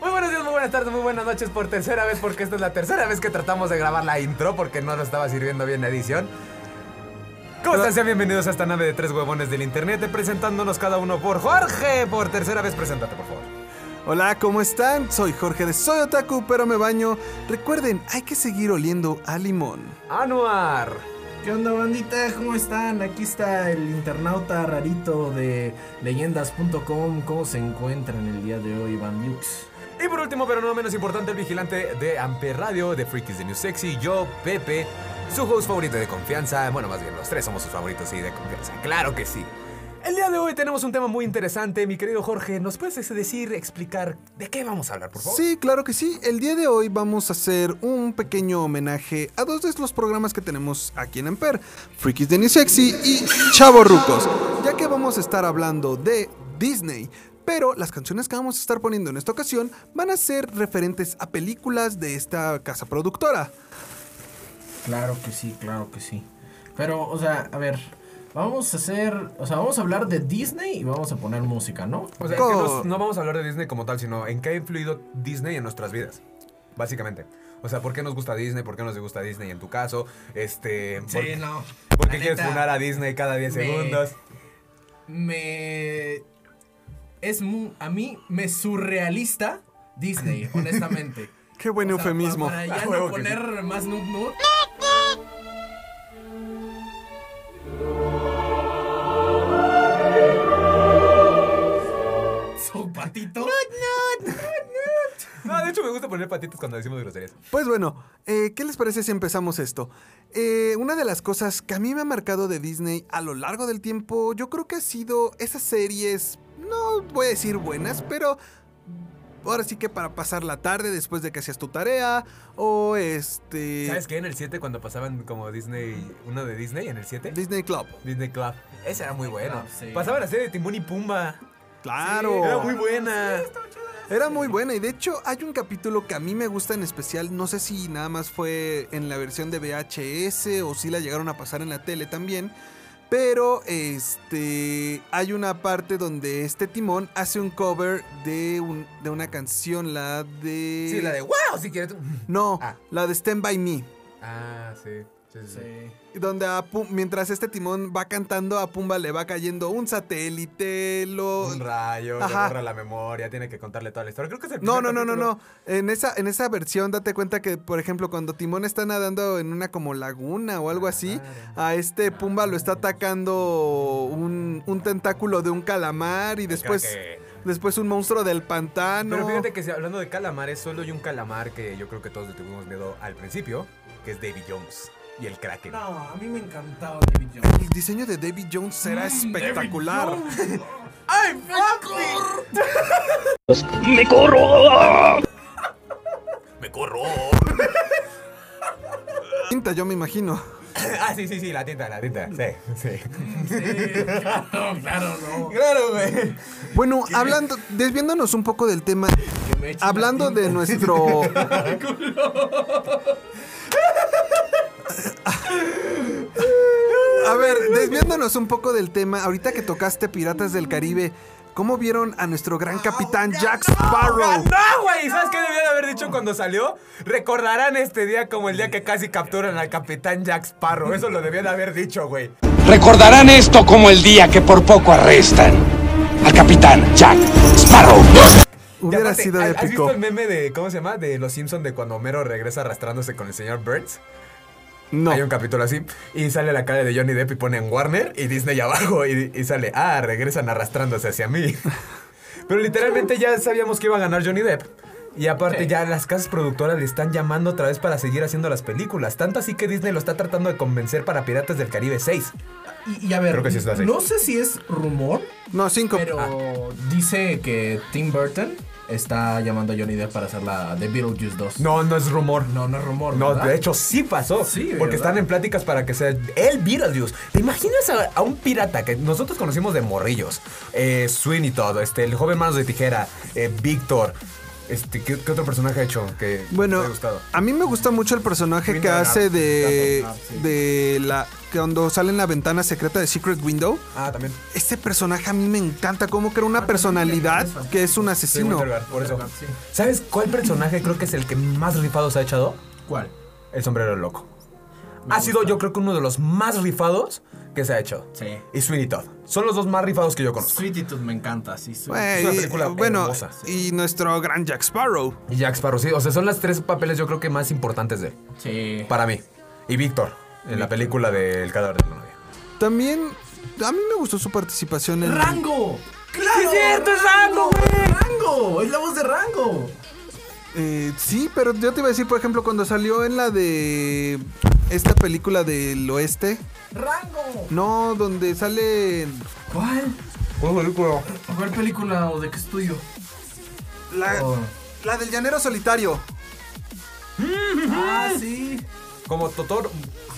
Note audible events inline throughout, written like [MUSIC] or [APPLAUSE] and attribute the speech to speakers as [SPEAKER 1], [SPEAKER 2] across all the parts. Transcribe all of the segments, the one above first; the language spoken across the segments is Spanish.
[SPEAKER 1] Muy buenos días, muy buenas tardes, muy buenas noches por tercera vez, porque esta es la tercera vez que tratamos de grabar la intro porque no nos estaba sirviendo bien la edición. ¿Cómo están? Sean bienvenidos a esta nave de tres huevones del internet, presentándonos cada uno por Jorge. Por tercera vez, preséntate, por favor.
[SPEAKER 2] Hola, ¿cómo están? Soy Jorge de Soy Otaku, pero me baño. Recuerden, hay que seguir oliendo a limón.
[SPEAKER 1] Anuar.
[SPEAKER 3] ¿Qué onda bandita? ¿Cómo están? Aquí está el internauta rarito de leyendas.com. ¿Cómo se encuentran el día de hoy, Bandiux?
[SPEAKER 1] Y por último, pero no menos importante, el vigilante de Amper Radio, de Freakies de New Sexy, yo, Pepe, su host favorito de confianza. Bueno, más bien los tres somos sus favoritos y de confianza. Claro que sí. El día de hoy tenemos un tema muy interesante, mi querido Jorge. ¿Nos puedes decir, explicar de qué vamos a hablar, por favor?
[SPEAKER 2] Sí, claro que sí. El día de hoy vamos a hacer un pequeño homenaje a dos de los programas que tenemos aquí en Amper: Freakies de New Sexy y Chavo Rucos. Ya que vamos a estar hablando de Disney. Pero las canciones que vamos a estar poniendo en esta ocasión van a ser referentes a películas de esta casa productora.
[SPEAKER 3] Claro que sí, claro que sí. Pero, o sea, a ver, vamos a hacer, o sea, vamos a hablar de Disney y vamos a poner música, ¿no?
[SPEAKER 1] O sea, que nos- no vamos a hablar de Disney como tal, sino en qué ha influido Disney en nuestras vidas, básicamente. O sea, ¿por qué nos gusta Disney? ¿Por qué nos gusta Disney en tu caso? Este, ¿por,
[SPEAKER 4] Sí, no.
[SPEAKER 1] por qué
[SPEAKER 4] La
[SPEAKER 1] quieres
[SPEAKER 4] neta,
[SPEAKER 1] funar a Disney cada 10
[SPEAKER 4] me-
[SPEAKER 1] segundos?
[SPEAKER 4] Me. Es mu- a mí me surrealista
[SPEAKER 3] [LAUGHS]
[SPEAKER 4] Disney, honestamente.
[SPEAKER 2] Qué buen
[SPEAKER 4] O sea,
[SPEAKER 2] eufemismo.
[SPEAKER 4] Para, para
[SPEAKER 2] [LAUGHS] A
[SPEAKER 4] ya no
[SPEAKER 2] huevo que sí.
[SPEAKER 4] poner más nut nut. Su patito.
[SPEAKER 1] No, de hecho me gusta poner patitas cuando decimos groserías.
[SPEAKER 2] Pues bueno, eh, ¿qué les parece si empezamos esto? Eh, una de las cosas que a mí me ha marcado de Disney a lo largo del tiempo, yo creo que ha sido esas series, no voy a decir buenas, pero ahora sí que para pasar la tarde después de que hacías tu tarea, o este...
[SPEAKER 1] ¿Sabes qué? En el 7 cuando pasaban como Disney, uno de Disney en el 7.
[SPEAKER 2] Disney Club.
[SPEAKER 1] Disney Club. Ese era muy bueno.
[SPEAKER 4] Club, sí.
[SPEAKER 1] Pasaba la serie de Timón y Pumba.
[SPEAKER 2] Claro.
[SPEAKER 1] Era muy buena.
[SPEAKER 2] Era muy buena y de hecho hay un capítulo que a mí me gusta en especial, no sé si nada más fue en la versión de VHS o si la llegaron a pasar en la tele también, pero este hay una parte donde este Timón hace un cover de, un- de una canción, la de
[SPEAKER 1] Sí, la de wow, si quieres tú.
[SPEAKER 2] No,
[SPEAKER 1] Ah.
[SPEAKER 2] la de Stand by Me.
[SPEAKER 1] Ah, sí. Sí, sí, sí.
[SPEAKER 4] Sí.
[SPEAKER 2] Donde a Pum- mientras este timón va cantando, a Pumba le va cayendo un satélite, lo,
[SPEAKER 1] Un rayo, le
[SPEAKER 2] Ajá.
[SPEAKER 1] borra la memoria, tiene que contarle toda la historia. Creo que es el
[SPEAKER 2] No, no,
[SPEAKER 1] primer
[SPEAKER 2] no, no,
[SPEAKER 1] capítulo.
[SPEAKER 2] no. En esa, en esa versión, date cuenta que, por ejemplo, cuando Timón está nadando en una como laguna o algo así, a este Pumba lo está atacando un, un tentáculo de un calamar y después,
[SPEAKER 1] que-
[SPEAKER 2] después un monstruo del pantano.
[SPEAKER 1] Pero fíjate que si hablando de calamares, solo hay un calamar que yo creo que todos le tuvimos miedo al principio, que es Davy Jones y el Kraken.
[SPEAKER 4] No, a mí me encantaba David Jones.
[SPEAKER 2] El diseño de David Jones será espectacular. [LAUGHS]
[SPEAKER 4] ¡Ay, Flappy!
[SPEAKER 1] ¡Me corro!
[SPEAKER 2] [LAUGHS] Pinta, yo me imagino.
[SPEAKER 1] ah, sí, sí, sí, la tinta, la tinta. Sí, sí.
[SPEAKER 4] Sí, claro, claro, no.
[SPEAKER 1] Claro, güey.
[SPEAKER 2] Bueno, hablando, desviándonos un poco del tema,
[SPEAKER 4] Que me eche una
[SPEAKER 2] hablando de [LAUGHS] nuestro. A ver, desviándonos un poco del tema, ahorita que tocaste Piratas del Caribe, ¿cómo vieron a nuestro gran capitán Jack Sparrow?
[SPEAKER 1] Ah, ¡No, güey! ¿Sabes qué debían haber dicho cuando salió? Recordarán este día como el día que casi capturan al capitán Jack Sparrow. Eso lo debían haber dicho, güey.
[SPEAKER 5] Recordarán esto como el día que por poco arrestan al capitán Jack Sparrow.
[SPEAKER 2] Hubiera
[SPEAKER 1] aparte,
[SPEAKER 2] sido
[SPEAKER 1] ¿has- ¿Has
[SPEAKER 2] épico.
[SPEAKER 1] visto el meme de, ¿cómo se llama? De Los Simpson de cuando Homero regresa arrastrándose con el señor Burns?
[SPEAKER 2] No.
[SPEAKER 1] Hay un capítulo así. Y sale la cara de Johnny Depp y ponen Warner y Disney abajo. Y, y sale, ah, regresan arrastrándose hacia [LAUGHS] mí. Pero literalmente ya sabíamos que iba a ganar Johnny Depp. Y aparte ya las casas productoras le están llamando otra vez para seguir haciendo las películas. Tanto así que Disney lo está tratando de convencer para Piratas del Caribe 6.
[SPEAKER 3] Y, y a ver,
[SPEAKER 1] Creo que sí está así.
[SPEAKER 3] no sé si es rumor,
[SPEAKER 2] No, cinco. Ah,
[SPEAKER 3] pero dice que Tim Burton está llamando a Johnny Depp para hacer la de Beetlejuice 2.
[SPEAKER 1] No, no es rumor.
[SPEAKER 3] no, no es rumor.
[SPEAKER 1] No,
[SPEAKER 3] ¿verdad?
[SPEAKER 1] de hecho sí pasó.
[SPEAKER 3] Sí,
[SPEAKER 1] porque
[SPEAKER 3] ¿verdad?
[SPEAKER 1] están en pláticas para que sea el Beetlejuice. ¿Te imaginas a, a un pirata que nosotros conocimos de morrillos? Eh, Sweeney Todd, este, el joven Manos de Tijera, eh, Víctor. Este, ¿qué, qué otro personaje ha hecho que
[SPEAKER 2] Bueno,
[SPEAKER 1] te ha gustado?
[SPEAKER 2] a mí me gusta mucho el personaje que
[SPEAKER 1] Window
[SPEAKER 2] hace
[SPEAKER 1] Lab.
[SPEAKER 2] de,
[SPEAKER 1] Ah, sí.
[SPEAKER 2] de la cuando sale en la ventana secreta de Secret Window.
[SPEAKER 1] Ah, también.
[SPEAKER 2] Este personaje a mí me encanta, como crea una personalidad que es un
[SPEAKER 1] Sí,
[SPEAKER 2] asesino.
[SPEAKER 1] Winterguard, por eso.
[SPEAKER 3] Winterguard, sí.
[SPEAKER 1] ¿Sabes cuál personaje creo que es el que más rifado se ha echado?
[SPEAKER 3] ¿Cuál?
[SPEAKER 1] El sombrero loco. ha sido yo creo que uno de los más rifados que se ha hecho.
[SPEAKER 3] Sí.
[SPEAKER 1] Y Sweeney Todd. Son los dos más rifados que yo conozco.
[SPEAKER 3] Sweetitude me encanta, sí. sí.
[SPEAKER 2] Güey,
[SPEAKER 1] Es una película
[SPEAKER 2] bueno,
[SPEAKER 1] hermosa, sí.
[SPEAKER 2] y nuestro gran Jack Sparrow.
[SPEAKER 1] Y Jack Sparrow, sí. O sea, son las tres papeles yo creo que más importantes de él.
[SPEAKER 3] Sí.
[SPEAKER 1] Para mí. Y Víctor, en la película del cadáver de la novia.
[SPEAKER 2] También a mí me gustó su participación en
[SPEAKER 3] ¡Rango! ¡Claro!
[SPEAKER 1] es cierto, es Rango,
[SPEAKER 3] ¡Rango! ¡Es la voz de Rango!
[SPEAKER 2] Eh, sí, pero yo te iba a decir, por ejemplo, cuando salió en la de esta película del oeste,
[SPEAKER 3] ¡Rango!
[SPEAKER 2] no, donde sale
[SPEAKER 3] ¿Cuál?
[SPEAKER 1] ¿Cuál película?
[SPEAKER 3] ¿Cuál película o de qué estudio?
[SPEAKER 2] la,
[SPEAKER 3] Oh.
[SPEAKER 2] la del llanero solitario. [LAUGHS]
[SPEAKER 3] Ah, sí.
[SPEAKER 1] Como Totoro.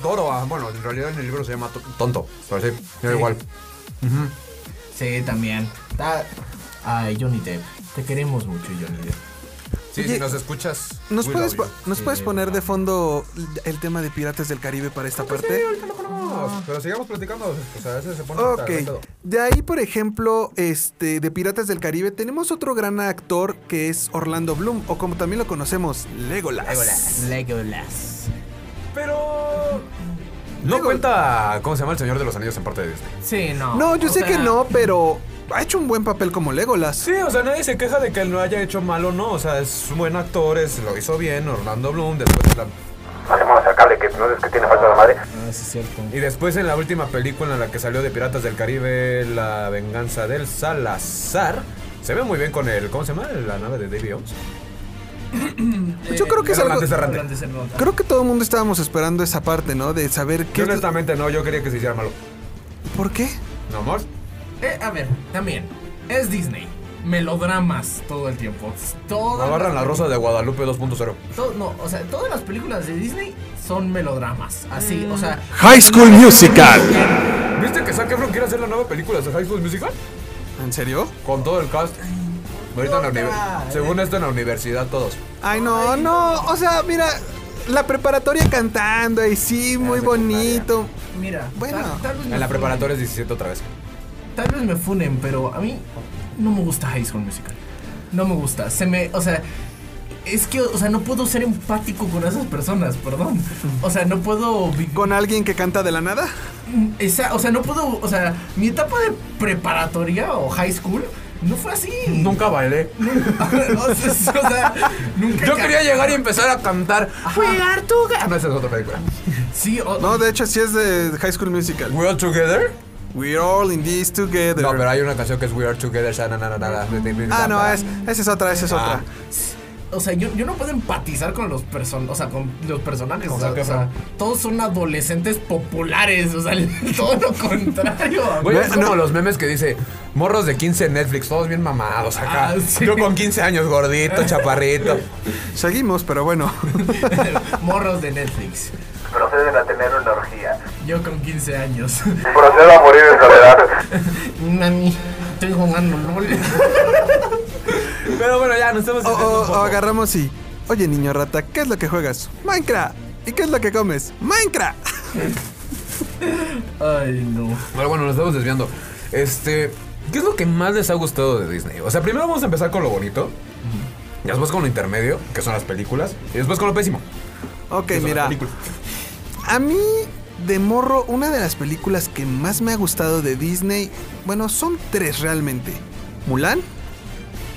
[SPEAKER 1] Toro, ah, bueno, en realidad en el libro se llama to- Tonto. Pero sí, era
[SPEAKER 3] Sí.
[SPEAKER 1] igual.
[SPEAKER 3] Sí, también. Ah, Ay, Johnny Depp. Te queremos mucho, Johnny Depp.
[SPEAKER 1] Sí,
[SPEAKER 2] Oye,
[SPEAKER 1] si nos escuchas.
[SPEAKER 2] ¿Nos,
[SPEAKER 1] we
[SPEAKER 2] puedes,
[SPEAKER 1] love you.
[SPEAKER 2] po- ¿nos puedes poner de fondo el tema de Piratas del Caribe para esta parte?
[SPEAKER 1] Ahorita lo ponemos, Pero sigamos platicando. O sea, a veces se pone. hasta
[SPEAKER 2] Ok,
[SPEAKER 1] el pedo.
[SPEAKER 2] de ahí por ejemplo, este, de Piratas del Caribe tenemos otro gran actor que es Orlando Bloom, o como también lo conocemos, Legolas.
[SPEAKER 3] Legolas.
[SPEAKER 1] Pero. No
[SPEAKER 2] Digo-
[SPEAKER 1] cuenta. ¿Cómo se llama el señor de los anillos en parte de Disney?
[SPEAKER 3] Sí, no.
[SPEAKER 2] No, yo
[SPEAKER 3] O
[SPEAKER 2] sé
[SPEAKER 3] sea,
[SPEAKER 2] que no, pero ha hecho un buen papel como Legolas.
[SPEAKER 1] Sí, o sea, nadie se queja de que él no haya hecho malo, no. O sea, es un buen actor, es, lo hizo bien, Orlando Bloom, después de la
[SPEAKER 5] Arrimamos al cable que no es que tiene falta de madre.
[SPEAKER 3] Ah, sí, es cierto.
[SPEAKER 1] Y después en la última película en la que salió de Piratas del Caribe, La Venganza del Salazar, se ve muy bien con el, ¿cómo se llama? La nave de Davy Jones.
[SPEAKER 2] Yo creo que es algo...
[SPEAKER 1] Hernández Errante.
[SPEAKER 3] Durante ese rato.
[SPEAKER 2] Creo que todo el mundo estábamos esperando esa parte, ¿no? De saber
[SPEAKER 1] Que
[SPEAKER 2] qué... es lo-
[SPEAKER 1] honestamente no, yo quería que se hiciera malo.
[SPEAKER 2] ¿Por qué?
[SPEAKER 1] ¿No, amor?
[SPEAKER 3] Eh, a ver, también. Es Disney. Melodramas todo el tiempo. Todas
[SPEAKER 1] Agarran la
[SPEAKER 3] las-
[SPEAKER 1] rosa de Guadalupe 2.0.
[SPEAKER 3] to- no, o sea, todas las películas de Disney son melodramas. Así, o sea.
[SPEAKER 2] High School Musical.
[SPEAKER 1] ¿Viste que Zac Efron quiere hacer la nueva película de High School Musical?
[SPEAKER 2] ¿En serio?
[SPEAKER 1] Con todo el cast. Ahorita en la
[SPEAKER 2] eh.
[SPEAKER 1] universidad. Según esto en la universidad todos.
[SPEAKER 2] Ay, no, no. O sea, mira, la preparatoria cantando, ahí sí, muy bonito.
[SPEAKER 3] Mira,
[SPEAKER 2] Bueno.
[SPEAKER 3] tal, tal vez me
[SPEAKER 1] En la
[SPEAKER 3] funen,
[SPEAKER 1] preparatoria es 17 otra vez.
[SPEAKER 3] Tal vez me funen, pero a mí no me gusta High School Musical. No me gusta. Se me. O sea. Es que, o sea, no puedo ser empático con esas personas, perdón. O sea, no puedo vivir.
[SPEAKER 2] ¿Con alguien que canta de la nada?
[SPEAKER 3] Esa- o sea, no puedo. O sea, mi etapa de preparatoria o high school no fue así.
[SPEAKER 1] Nunca bailé.
[SPEAKER 3] [LAUGHS] o sea, o sea, nunca. Ah,
[SPEAKER 1] Yo quería llegar y empezar a cantar. Jugar tú. No, esa es otra película.
[SPEAKER 3] Sí, o-
[SPEAKER 2] No, de hecho, sí es de High School Musical.
[SPEAKER 1] We all together.
[SPEAKER 2] We're all in this together.
[SPEAKER 1] No, pero hay una canción que es We Are Together. sha, na, na, na, na, na, de- de- de-
[SPEAKER 2] Ah, no,
[SPEAKER 1] de-
[SPEAKER 2] es, esa es otra, esa es otra.
[SPEAKER 3] o sea, yo, yo no puedo empatizar con los person, o sea, con los personajes. O sea,
[SPEAKER 1] Zac
[SPEAKER 3] o sea, todos son adolescentes populares. O sea, [LAUGHS] todo lo contrario.
[SPEAKER 1] Güey, es
[SPEAKER 2] No,
[SPEAKER 1] como los memes que dice morros de 15 en Netflix, todos bien mamados acá.
[SPEAKER 3] Ah, sí.
[SPEAKER 1] Yo con 15 años, gordito, chaparrito.
[SPEAKER 2] Seguimos, pero bueno.
[SPEAKER 3] [LAUGHS] Morros de Netflix.
[SPEAKER 5] Proceden a tener una orgía.
[SPEAKER 3] Yo con 15 años. [LAUGHS]
[SPEAKER 5] Proceden a morir en soledad.
[SPEAKER 3] Mami, estoy jugando LOL.
[SPEAKER 1] Pero bueno, ya nos estamos.
[SPEAKER 2] [LAUGHS] O, o- o agarramos y. Oye, niño rata, ¿qué es lo que juegas? Minecraft. ¿Y qué es lo que comes? Minecraft. [LAUGHS]
[SPEAKER 3] Ay, no.
[SPEAKER 1] Pero bueno, nos estamos desviando. Este, ¿qué es lo que más les ha gustado de Disney? O sea, primero vamos a empezar con lo bonito. Y después con lo intermedio, que son las películas. Y después con lo pésimo.
[SPEAKER 2] Ok,
[SPEAKER 1] que son las
[SPEAKER 2] mira.
[SPEAKER 1] películas.
[SPEAKER 2] A mí, de morro, una de las películas que más me ha gustado de Disney, bueno, son tres realmente. Mulan,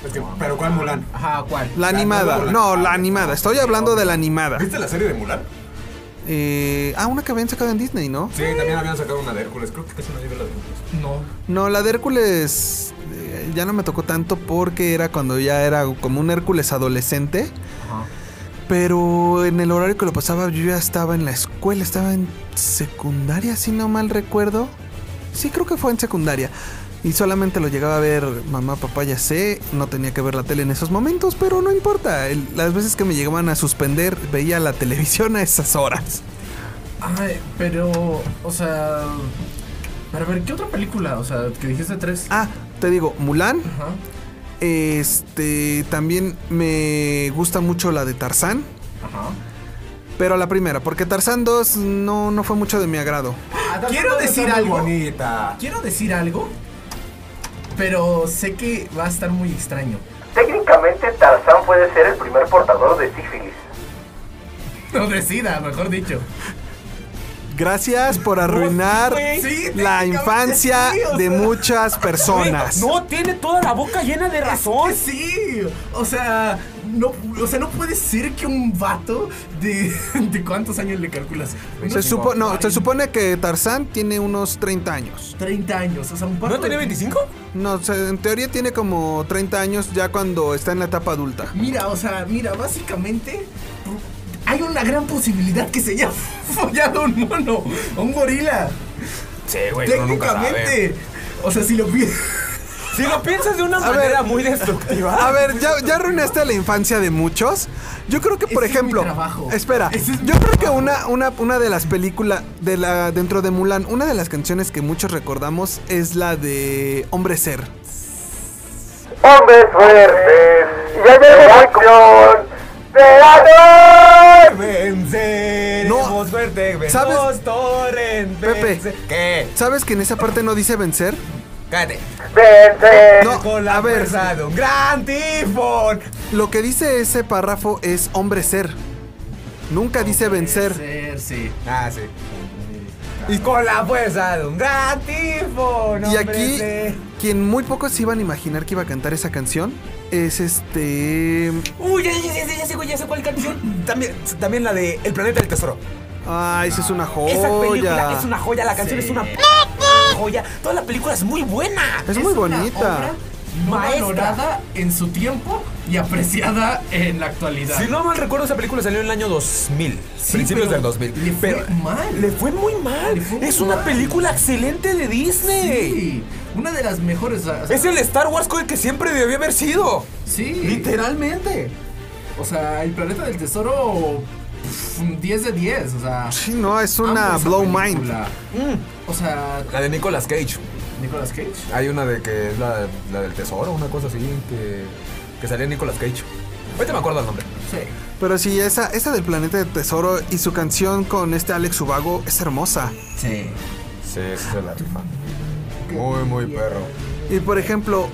[SPEAKER 1] Es que, pero ¿cuál Mulan?
[SPEAKER 3] Ajá, ¿cuál?
[SPEAKER 2] La animada. No, la animada. Estoy hablando de la animada.
[SPEAKER 1] ¿Viste la serie de Mulan?
[SPEAKER 2] Eh, ah, una que habían sacado en Disney, ¿no?
[SPEAKER 1] Sí, también habían sacado una de Hércules. Creo que casi no llegué a la de Hércules.
[SPEAKER 3] No.
[SPEAKER 2] No, la de Hércules eh, ya no me tocó tanto porque era cuando ya era como un Hércules adolescente.
[SPEAKER 3] Ajá.
[SPEAKER 2] Pero en el horario que lo pasaba yo ya estaba en la escuela, estaba en secundaria, si no mal recuerdo. Sí, creo que fue en secundaria. Y solamente lo llegaba a ver mamá, papá, ya sé, no tenía que ver la tele en esos momentos, pero no importa. El- las veces que me llegaban a suspender, veía la [LAUGHS] televisión a esas horas.
[SPEAKER 3] [LAUGHS] Ay, pero, o sea. Para ver, ¿qué otra película? O sea, que dijiste tres.
[SPEAKER 2] Ah, te digo, Mulan.
[SPEAKER 3] Ajá.
[SPEAKER 2] Este, también me gusta mucho la de Tarzán,
[SPEAKER 3] Ajá.
[SPEAKER 2] pero la primera, porque Tarzán 2 no, no fue mucho de mi agrado.
[SPEAKER 3] Quiero decir
[SPEAKER 1] Está muy
[SPEAKER 3] algo.
[SPEAKER 1] bonita.
[SPEAKER 3] Quiero decir algo. Pero sé que va a estar muy extraño.
[SPEAKER 5] [LAUGHS]
[SPEAKER 3] [LAUGHS]
[SPEAKER 5] Técnicamente Tarzán puede ser el primer portador de sífilis.
[SPEAKER 3] No decida, mejor dicho.
[SPEAKER 2] Gracias por arruinar
[SPEAKER 3] güey. Sí,
[SPEAKER 2] la
[SPEAKER 3] técnicamente
[SPEAKER 2] infancia
[SPEAKER 3] sí, o
[SPEAKER 2] de
[SPEAKER 3] sea.
[SPEAKER 2] muchas personas.
[SPEAKER 6] No, tiene toda la boca llena de razón.
[SPEAKER 3] Sí, o sea, no, o sea, no puede ser que un vato de, [LAUGHS] de cuántos años le calculas.
[SPEAKER 2] Se,
[SPEAKER 3] Unos
[SPEAKER 2] supo- no, se supone que Tarzán tiene unos 30 años.
[SPEAKER 3] 30 años, o sea, un vato.
[SPEAKER 6] ¿No tenía
[SPEAKER 3] de-
[SPEAKER 6] 25?
[SPEAKER 2] No, o sea, en teoría tiene como 30 años ya cuando está en la etapa adulta.
[SPEAKER 3] Mira, o sea, mira, básicamente hay una gran posibilidad que se haya [LAUGHS] follado a un mono, a un gorila.
[SPEAKER 1] Sí, güey. uno nunca sabe.
[SPEAKER 3] Técnicamente. O sea, si lo pides.
[SPEAKER 6] Si lo piensas de una
[SPEAKER 2] ver.
[SPEAKER 6] manera muy destructiva.
[SPEAKER 2] A ver, ya, ya arruinaste la infancia de muchos. Yo creo que, por
[SPEAKER 3] Ese es mi
[SPEAKER 2] ejemplo.
[SPEAKER 3] trabajo.
[SPEAKER 2] Espera,
[SPEAKER 3] Ese es mi
[SPEAKER 2] yo creo que una, una, una de las películas de la, dentro de Mulan, una de las canciones que muchos recordamos es la de Hombre Ser.
[SPEAKER 5] Hombres fuertes. Ya llegó acción. ¡Veador!
[SPEAKER 1] Venceremos
[SPEAKER 2] No.
[SPEAKER 1] fuerte,
[SPEAKER 2] ¿Sabes?
[SPEAKER 1] vencemos torrent,
[SPEAKER 2] Pepe.
[SPEAKER 1] vence- ¿Qué?
[SPEAKER 2] ¿Sabes que en esa parte no dice vencer?
[SPEAKER 1] Cállate.
[SPEAKER 5] Vence.
[SPEAKER 2] No,
[SPEAKER 1] Con la
[SPEAKER 2] a ver.
[SPEAKER 1] fuerza de un gran tifón.
[SPEAKER 2] Lo que dice ese párrafo es hombre ser. Nunca dice vencer.
[SPEAKER 3] Ser, sí.
[SPEAKER 1] Ah, sí. Y con la fuerza de un gran tifón.
[SPEAKER 2] Y
[SPEAKER 1] hombre,
[SPEAKER 2] aquí,
[SPEAKER 1] sí.
[SPEAKER 2] quien muy pocos se iban a imaginar que iba a cantar esa canción, es este...
[SPEAKER 6] Uy, ya, ya, ya, ya, ya sé, güey, ya sé cuál canción.
[SPEAKER 1] También, también la de El planeta del tesoro.
[SPEAKER 2] Ay, esa es una joya.
[SPEAKER 6] Esa película es una joya, la canción es una p- joya. Toda la película es muy buena.
[SPEAKER 2] Es muy
[SPEAKER 3] una
[SPEAKER 2] bonita.
[SPEAKER 3] obra no
[SPEAKER 6] Maestra.
[SPEAKER 3] valorada en su tiempo y apreciada en la actualidad.
[SPEAKER 1] Si no mal recuerdo, esa película salió en el año 2000.
[SPEAKER 3] Sí,
[SPEAKER 1] principios
[SPEAKER 3] pero
[SPEAKER 1] del 2000.
[SPEAKER 3] le fue
[SPEAKER 1] Pero-
[SPEAKER 3] mal.
[SPEAKER 6] Le fue muy mal.
[SPEAKER 3] Le fue muy
[SPEAKER 6] es una
[SPEAKER 3] mal.
[SPEAKER 6] película excelente de Disney.
[SPEAKER 3] Sí, una de las mejores. o sea,
[SPEAKER 6] Es el Star Wars co- que siempre debió haber sido.
[SPEAKER 3] Sí. Literalmente. O sea, el planeta del tesoro. pf, 10 de 10. O sea.
[SPEAKER 2] Sí, no, es
[SPEAKER 3] amo
[SPEAKER 2] una
[SPEAKER 3] esa
[SPEAKER 2] blow mind.
[SPEAKER 3] película. O sea,
[SPEAKER 1] La de Nicolas Cage.
[SPEAKER 3] Nicolas Cage.
[SPEAKER 1] Hay una de que es la, la del tesoro, una cosa así, que, que salía Nicolas Cage. Ahorita me acuerdo el nombre.
[SPEAKER 3] Sí.
[SPEAKER 2] Pero sí, esa, esa del planeta del tesoro y su canción con este Alex Ubago es hermosa.
[SPEAKER 3] Sí.
[SPEAKER 1] Sí, esa es la rifa. Muy, muy perro.
[SPEAKER 2] Y por ejemplo,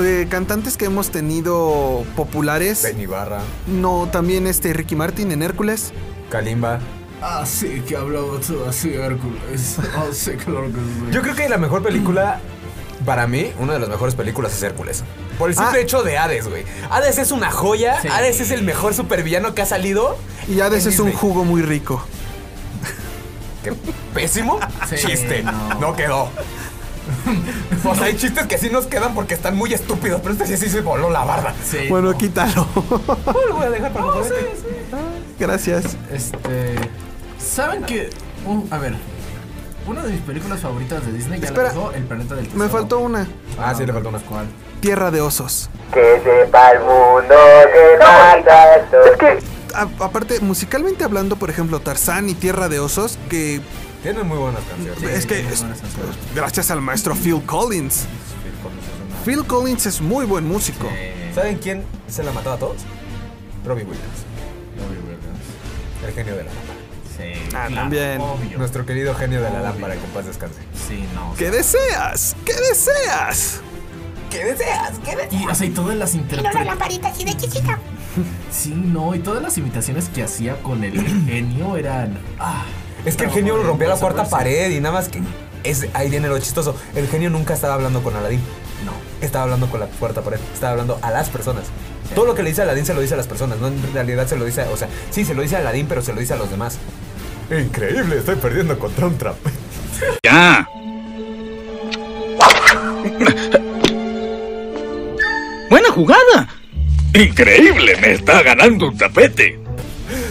[SPEAKER 2] eh, cantantes que hemos tenido populares.
[SPEAKER 1] Benny Barra,
[SPEAKER 2] No, también este Ricky Martin en Hércules.
[SPEAKER 1] Kalimba.
[SPEAKER 3] Ah, sí, que hablaba todo
[SPEAKER 2] [LAUGHS]
[SPEAKER 3] así, Hércules. Ah, sí, claro que sí.
[SPEAKER 1] Yo creo que la mejor película, para mí, una de las mejores películas es Hércules. Por el simple
[SPEAKER 2] Ah.
[SPEAKER 1] hecho de Hades, güey. Hades es una joya,
[SPEAKER 3] Sí.
[SPEAKER 1] Hades es el mejor supervillano que ha salido.
[SPEAKER 2] Y ya de ese es un
[SPEAKER 1] Disney.
[SPEAKER 2] jugo muy rico.
[SPEAKER 1] Qué pésimo
[SPEAKER 3] Sí,
[SPEAKER 1] chiste. No,
[SPEAKER 3] no.
[SPEAKER 1] quedó. [LAUGHS] O sea, hay chistes que sí nos quedan porque están muy estúpidos, pero este sí, sí se voló la barra. [LAUGHS]
[SPEAKER 3] Sí. Oh,
[SPEAKER 2] Bueno, quítalo. [LAUGHS]
[SPEAKER 1] Lo voy a dejar para mejor.
[SPEAKER 2] Gracias.
[SPEAKER 3] Este. ¿Saben que.? un- a ver. Una de mis películas favoritas de Disney ya
[SPEAKER 2] Espera.
[SPEAKER 3] la dejó El planeta del tesoro.
[SPEAKER 2] Me faltó una.
[SPEAKER 1] Ah, sí, le faltó una.
[SPEAKER 3] ¿Cuál?
[SPEAKER 2] Tierra de osos.
[SPEAKER 5] Que sepa el mundo que mata Es que
[SPEAKER 2] A- aparte, musicalmente hablando, por ejemplo, Tarzán y Tierra de Osos, que
[SPEAKER 1] Tienen muy buenas canciones.
[SPEAKER 2] es que es-
[SPEAKER 3] buenas canciones.
[SPEAKER 2] gracias al maestro Phil Collins. Phil Collins es muy buen músico.
[SPEAKER 1] Eh, ¿Saben quién se la mataba a todos? Robbie Williams, el genio de la lámpara.
[SPEAKER 3] Sí.
[SPEAKER 2] Ah,
[SPEAKER 3] claro,
[SPEAKER 2] también.
[SPEAKER 3] obvio.
[SPEAKER 1] Nuestro querido genio de la
[SPEAKER 3] Obvio.
[SPEAKER 1] lámpara, que en paz descanse.
[SPEAKER 3] Sí, no.
[SPEAKER 2] ¿Qué deseas? ¿Qué deseas?
[SPEAKER 1] ¿Qué deseas? ¿Qué deseas?
[SPEAKER 3] Y, o sea, y todas las interpretaciones.
[SPEAKER 7] así de chiquita.
[SPEAKER 3] Sí, no, y todas las imitaciones que hacía con el genio eran. Ah,
[SPEAKER 1] Es que el genio rompía la cuarta pared y nada más que. Es, ahí viene lo chistoso. El genio nunca estaba hablando con Aladdin.
[SPEAKER 3] No.
[SPEAKER 1] Estaba hablando con la cuarta pared, estaba hablando a las personas. Todo lo que le dice a Aladdin se lo dice a las personas, no en realidad se lo dice, o sea, sí se lo dice a Aladdin, pero se lo dice a los demás. Increíble, estoy perdiendo contra un trap.
[SPEAKER 7] ¡Ya! ¡Buena jugada! ¡Increíble! ¡Me está ganando un tapete!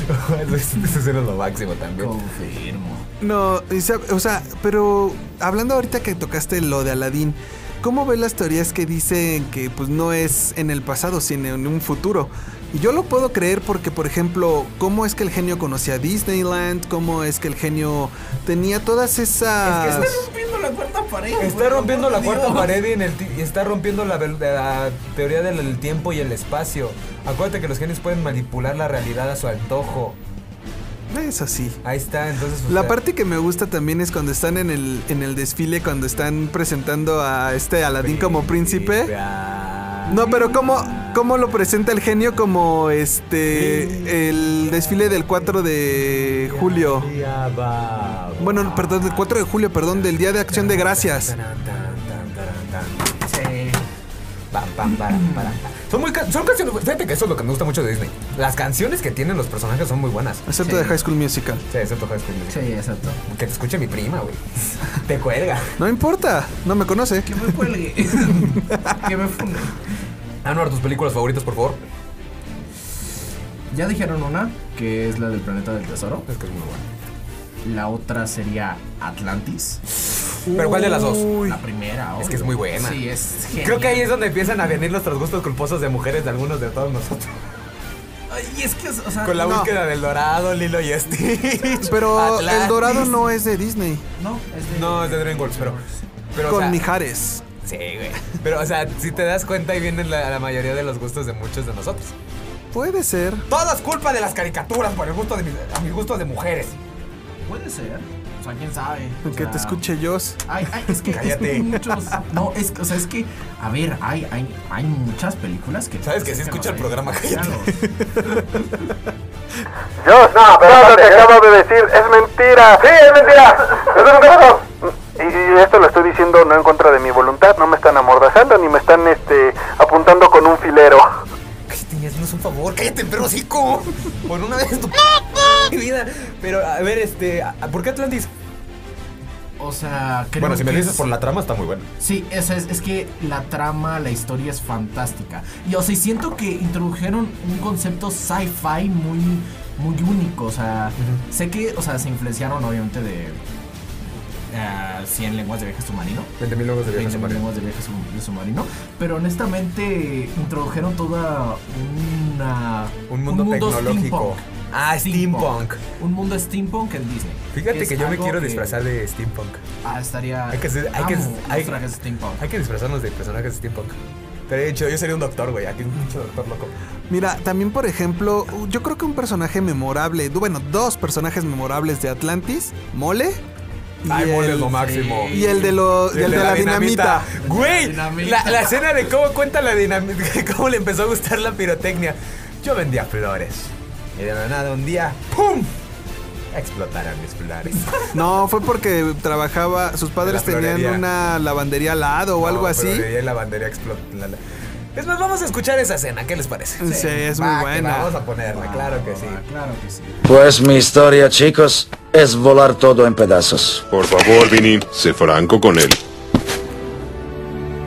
[SPEAKER 1] [LAUGHS] Eso era lo máximo también.
[SPEAKER 3] Confirmo.
[SPEAKER 2] No, y sab- o sea, pero hablando ahorita que tocaste lo de Aladdin, ¿cómo ves las teorías que dicen que pues no es en el pasado, sino en un futuro? Y Yo lo puedo creer porque, por ejemplo, cómo es que el genio conocía Disneyland, cómo es que el genio tenía todas esas...
[SPEAKER 3] Está rompiendo la cuarta pared.
[SPEAKER 1] Está
[SPEAKER 3] güey,
[SPEAKER 1] rompiendo
[SPEAKER 3] por
[SPEAKER 1] la
[SPEAKER 3] Dios.
[SPEAKER 1] cuarta pared y, en el ti- y está rompiendo la, vel- la teoría del el tiempo y el espacio. Acuérdate que los genios pueden manipular la realidad a su antojo.
[SPEAKER 2] Es así.
[SPEAKER 1] Ahí está, entonces. o
[SPEAKER 2] La
[SPEAKER 1] sea,
[SPEAKER 2] parte que me gusta también es cuando están en el, en el desfile, cuando están presentando a este Aladín como príncipe.
[SPEAKER 1] ah,
[SPEAKER 2] No, pero ¿cómo, cómo lo presenta el genio como este el desfile del 4 de julio?
[SPEAKER 1] ya va.
[SPEAKER 2] Bueno, perdón, del 4 de julio, perdón, del Día de Acción de Gracias.
[SPEAKER 1] Tan, tan, tan, tan, tan.
[SPEAKER 3] Sí.
[SPEAKER 1] Pam, pam, para, para. Son muy ca- son canciones. Fíjate que eso es lo que me gusta mucho de Disney. Las canciones que tienen los personajes son muy buenas.
[SPEAKER 2] Excepto de High School Musical.
[SPEAKER 1] Sí, excepto High School Musical.
[SPEAKER 3] Sí, exacto.
[SPEAKER 1] Que te escuche mi prima, güey. Te cuelga.
[SPEAKER 2] No importa, no me conoce.
[SPEAKER 3] Que [LAUGHS] me cuelgue. [LAUGHS] que me funde.
[SPEAKER 1] Anuar, Ah, tus películas favoritas, por favor.
[SPEAKER 3] Ya dijeron una, que es la del planeta del tesoro.
[SPEAKER 1] Es que es muy buena.
[SPEAKER 3] La otra sería Atlantis.
[SPEAKER 1] Pero ¿cuál de las dos?
[SPEAKER 3] La primera.
[SPEAKER 1] Es que es
[SPEAKER 3] obvio.
[SPEAKER 1] muy buena.
[SPEAKER 3] Sí, es genial.
[SPEAKER 1] Creo que ahí es donde empiezan a venir los trasgustos culposos de mujeres de algunos de todos
[SPEAKER 2] [LAUGHS]
[SPEAKER 1] nosotros.
[SPEAKER 3] Ay, es que, es- o sea,
[SPEAKER 1] Con la
[SPEAKER 2] No.
[SPEAKER 1] búsqueda del dorado, Lilo y Stitch.
[SPEAKER 2] Pero el
[SPEAKER 1] Atlantis.
[SPEAKER 2] dorado no es de Disney,
[SPEAKER 3] no, es de...
[SPEAKER 1] No, es de DreamWorks, pero. pero o sea,
[SPEAKER 2] con Mijares.
[SPEAKER 1] Sí, güey. Pero, o sea, si te das cuenta, ahí vienen la, la mayoría de los gustos de muchos de nosotros.
[SPEAKER 2] Puede ser.
[SPEAKER 1] Todo es culpa de las caricaturas por el gusto de mis, a mis gustos de mujeres.
[SPEAKER 3] Puede ser. O sea, quién sabe. O
[SPEAKER 2] Que
[SPEAKER 3] sea,
[SPEAKER 2] te escuche Joss.
[SPEAKER 3] Ay, ay, es que es que
[SPEAKER 1] Cállate.
[SPEAKER 3] muchos. No, es que, o sea, es que, a ver, hay, hay, hay muchas películas que.
[SPEAKER 1] Sabes que sí escucha el programa, cállate.
[SPEAKER 3] Claro.
[SPEAKER 5] Yo, no, pero lo que acabo de decir es mentira. Sí, es mentira. [LAUGHS] Es un caso. Y, y esto lo estoy diciendo no en contra de mi voluntad, no me están amordazando ni me están este apuntando con un filero.
[SPEAKER 1] Cállate, ya haznos un favor. Cállate, perro hocico. Por una vez en tu [LAUGHS] mi vida. Pero, a ver, este. a- ¿Por qué Atlantis?
[SPEAKER 3] O sea, creo
[SPEAKER 1] Bueno, si me
[SPEAKER 3] que
[SPEAKER 1] dices
[SPEAKER 3] es-
[SPEAKER 1] por la trama, está muy bueno.
[SPEAKER 3] Sí, eso es, es que la trama, la historia es fantástica. Y o sea, y siento que introdujeron un concepto sci-fi muy, muy único. O sea, sé que, o sea, se influenciaron obviamente de ah, 100 lenguas de viaje submarino.
[SPEAKER 1] 20 mil logos de viaje
[SPEAKER 3] 20
[SPEAKER 1] submarino.
[SPEAKER 3] lenguas de viaje sub- de submarino. Pero honestamente introdujeron toda una...
[SPEAKER 1] Un mundo tecnológico.
[SPEAKER 3] steampunk.
[SPEAKER 1] Ah, steampunk.
[SPEAKER 3] Un mundo steampunk en Disney.
[SPEAKER 1] Fíjate que,
[SPEAKER 3] es
[SPEAKER 1] yo me
[SPEAKER 3] algo
[SPEAKER 1] quiero
[SPEAKER 3] que-
[SPEAKER 1] disfrazar de steampunk.
[SPEAKER 3] Ah, estaría...
[SPEAKER 1] Hay que ser- hay que-
[SPEAKER 3] amo los
[SPEAKER 1] hay-
[SPEAKER 3] trajes steampunk.
[SPEAKER 1] Hay que disfrazarnos de personajes de steampunk. Pero de hecho, yo sería un doctor, güey. Aquí un pinche doctor loco.
[SPEAKER 2] Mira, también por ejemplo, yo creo que un personaje memorable, du- bueno, dos personajes memorables de Atlantis, Mole y,
[SPEAKER 1] Ay, mole es
[SPEAKER 2] el,
[SPEAKER 1] lo máximo.
[SPEAKER 2] y el de lo- y el de la, dinamita.
[SPEAKER 1] Güey, la,
[SPEAKER 3] La dinamita.
[SPEAKER 1] la escena de cómo cuenta la dinamita, [LAUGHS] cómo le empezó a gustar la pirotecnia. Yo vendía flores. Y de la nada un día, ¡pum! Explotaron mis flores.
[SPEAKER 2] No, fue porque trabajaba, sus padres
[SPEAKER 1] De la
[SPEAKER 2] tenían
[SPEAKER 1] florería.
[SPEAKER 2] una lavandería al lado [LAUGHS] o algo
[SPEAKER 1] No,
[SPEAKER 2] así.
[SPEAKER 1] Pero de ahí la bandera explotó. la- la- Es más, vamos a escuchar esa escena. ¿Qué les parece?
[SPEAKER 2] Sí, es muy
[SPEAKER 1] Va, que
[SPEAKER 2] buena.
[SPEAKER 1] Vamos a ponerla,
[SPEAKER 3] Ah,
[SPEAKER 1] claro que
[SPEAKER 3] va,
[SPEAKER 1] sí.
[SPEAKER 3] Claro que sí.
[SPEAKER 8] Pues mi historia, chicos, es volar todo en pedazos.
[SPEAKER 9] Por favor, Vinny, sé franco con él.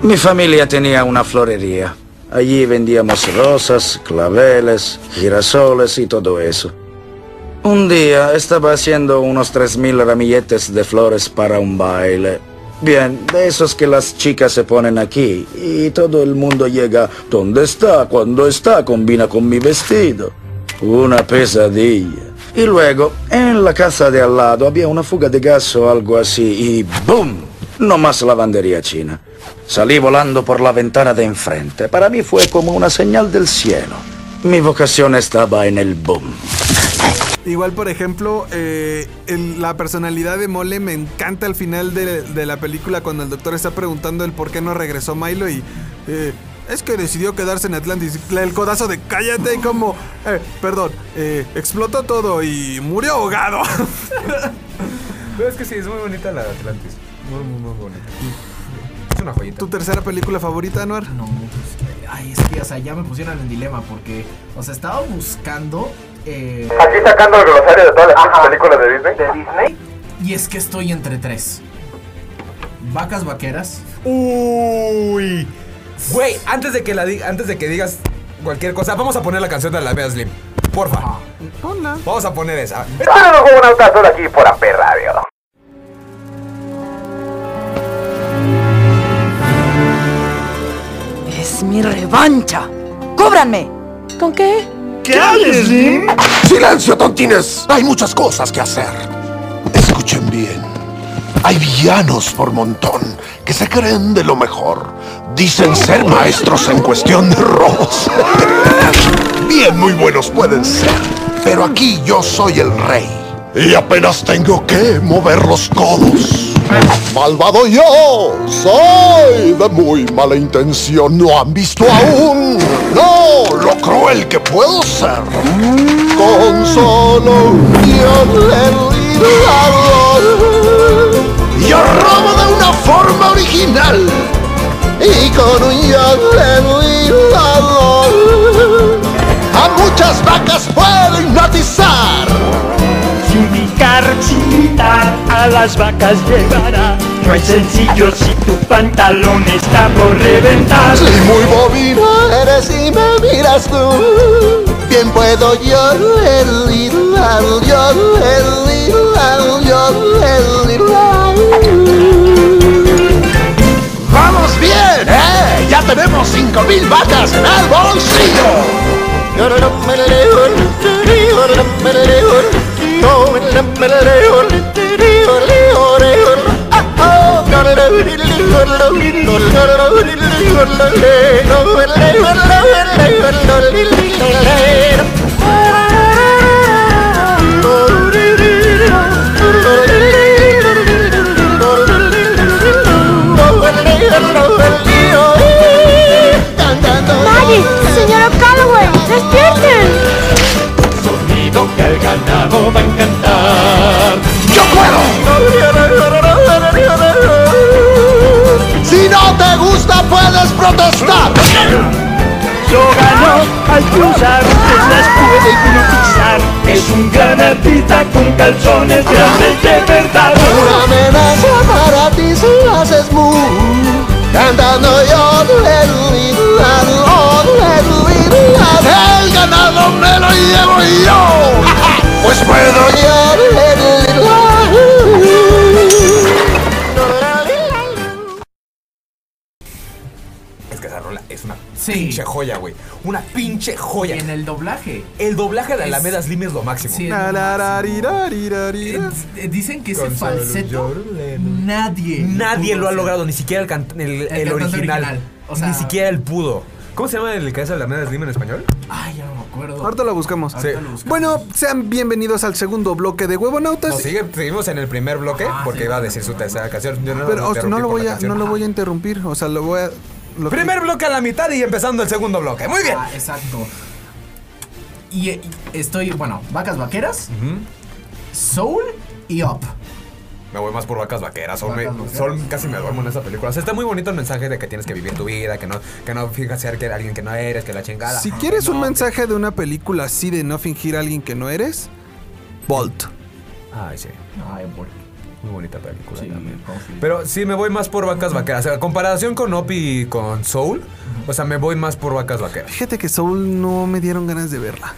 [SPEAKER 8] Mi familia tenía una florería. Allí vendíamos rosas, claveles, girasoles y todo eso. Un día estaba haciendo unos 3.000 ramilletes de flores para un baile. Bien, de esos que las chicas se ponen aquí y todo el mundo llega, ¿dónde está? ¿Cuándo está? Combina con mi vestido. Una pesadilla. Y luego, en la casa de al lado había una fuga de gas o algo así y ¡boom! No más lavandería china. Salí volando por la ventana de enfrente. Para mí fue como una señal del cielo. Mi vocación estaba en el boom.
[SPEAKER 2] Igual, por ejemplo, eh, el- la personalidad de Mole me encanta al final de, de la película cuando el doctor está preguntando el por qué no regresó Milo y... eh, es que decidió quedarse en Atlantis. El codazo de cállate y como... eh, perdón, eh, explotó todo y
[SPEAKER 1] [LAUGHS]
[SPEAKER 2] murió ahogado.
[SPEAKER 1] Pero es que sí, es muy bonita la de Atlantis. Muy, muy, muy bonita. una joyita.
[SPEAKER 2] ¿Tu tercera película favorita, Anuar?
[SPEAKER 3] No, pues, eh, ay, es que, o sea, ya me pusieron en dilema porque, o sea, estaba buscando. eh,
[SPEAKER 5] Aquí sacando el glosario de todas las pinches películas de Disney. ¿De Disney?
[SPEAKER 3] y es que estoy entre tres: Vacas Vaqueras.
[SPEAKER 1] Uy. Güey, antes de que la di- antes de que digas cualquier cosa, vamos a poner la canción de la Vea Slim. Porfa.
[SPEAKER 2] Hola.
[SPEAKER 1] Vamos a poner esa.
[SPEAKER 5] Estamos con un autazo aquí por Amper Radio.
[SPEAKER 10] Es mi revancha. ¡Cóbranme! ¿Con qué?
[SPEAKER 11] ¿Qué haces, Slim?
[SPEAKER 12] Silencio, tontines. Hay muchas cosas que hacer. Escuchen bien. Hay villanos por montón que se creen de lo mejor. Dicen ser maestros en cuestión de robos. [LAUGHS] Bien, muy buenos pueden ser. Pero aquí yo soy el rey. Y apenas tengo que mover los codos. Malvado yo soy de muy mala intención. No han visto aún. No, lo cruel que puedo ser. Con solo un guión del Yo robo de una forma original. Y con un guión A muchas vacas puedo hipnotizar.
[SPEAKER 11] Si ubicar, sin gritar, a las vacas llevará. No es sencillo si tu pantalón está por reventar.
[SPEAKER 12] Soy muy bobina,
[SPEAKER 11] eres y me miras tú.
[SPEAKER 12] Bien puedo yo delirar, yo delirar, yo delirar. ¡Vamos bien, eh! ¡Ya tenemos 5000 vacas en el
[SPEAKER 8] Pues
[SPEAKER 13] ¡Maggie! ¡Señora Calloway! ¡Despierten!
[SPEAKER 11] Sonido que al ganado va a encantar.
[SPEAKER 12] ¡Yo bolsillo! Si no te gusta, puedes protestar.
[SPEAKER 11] Yo gano al cruzar, él las puede hipnotizar. Es un gran artista con calzones grandes de verdad.
[SPEAKER 12] Una amenaza para ti si haces mu Cantando yo delirar, oh delirar El ganado me lo llevo yo Pues puedo yo delirar
[SPEAKER 1] Es que esa rola es una pinche joya, güey. Una pinche joya. en
[SPEAKER 3] el doblaje.
[SPEAKER 1] El doblaje de Alameda Slim es lo máximo.
[SPEAKER 3] Sí, es lo Eh, Dicen que ese
[SPEAKER 1] Con solo
[SPEAKER 3] falseto nadie.
[SPEAKER 1] Nadie
[SPEAKER 3] pudo
[SPEAKER 1] lo ha
[SPEAKER 3] hacer.
[SPEAKER 1] logrado, ni siquiera el, can- el- el
[SPEAKER 3] cantante
[SPEAKER 1] original.
[SPEAKER 3] original, o sea-
[SPEAKER 1] ni siquiera el pudo. ¿Cómo se llama el que hace Alameda Slim en español?
[SPEAKER 3] Ay, ya no me acuerdo.
[SPEAKER 2] Ahorita lo buscamos.
[SPEAKER 1] Ahorita lo buscamos.
[SPEAKER 2] Bueno, sean bienvenidos al segundo bloque de Huevonautas.
[SPEAKER 3] Pues
[SPEAKER 1] No, sigue, seguimos en el primer bloque
[SPEAKER 3] Ah,
[SPEAKER 1] porque iba a decir su tercera canción. Yo no
[SPEAKER 2] Pero o sea, no
[SPEAKER 1] interrumpí
[SPEAKER 2] lo
[SPEAKER 1] por
[SPEAKER 2] voy
[SPEAKER 1] la
[SPEAKER 2] a,
[SPEAKER 1] canción.
[SPEAKER 2] no lo voy a interrumpir. O sea, lo voy a. lo que-
[SPEAKER 1] Primer bloque a la mitad y empezando el segundo bloque. Muy bien.
[SPEAKER 3] Ah, exacto. Y, eh, estoy, bueno, vacas vaqueras, soul y up.
[SPEAKER 1] Me voy más por vacas vaqueras. Son,
[SPEAKER 3] Vacas
[SPEAKER 1] me-
[SPEAKER 3] vaqueras.
[SPEAKER 1] son- casi me duermo en esa película. O sea, está muy bonito el mensaje de que tienes que vivir tu vida, que no, que no fíjate que alguien que no eres, que la chingada.
[SPEAKER 2] Si quieres
[SPEAKER 1] No,
[SPEAKER 2] un mensaje de una película así de no fingir a alguien que no eres, Bolt.
[SPEAKER 1] Ay, sí. Muy bonita película también. Pero sí, me voy más por vacas vaqueras. O sea, comparación con Opi y con Soul, o sea, me voy más por vacas vaqueras.
[SPEAKER 2] Fíjate que Soul no me dieron ganas de verla.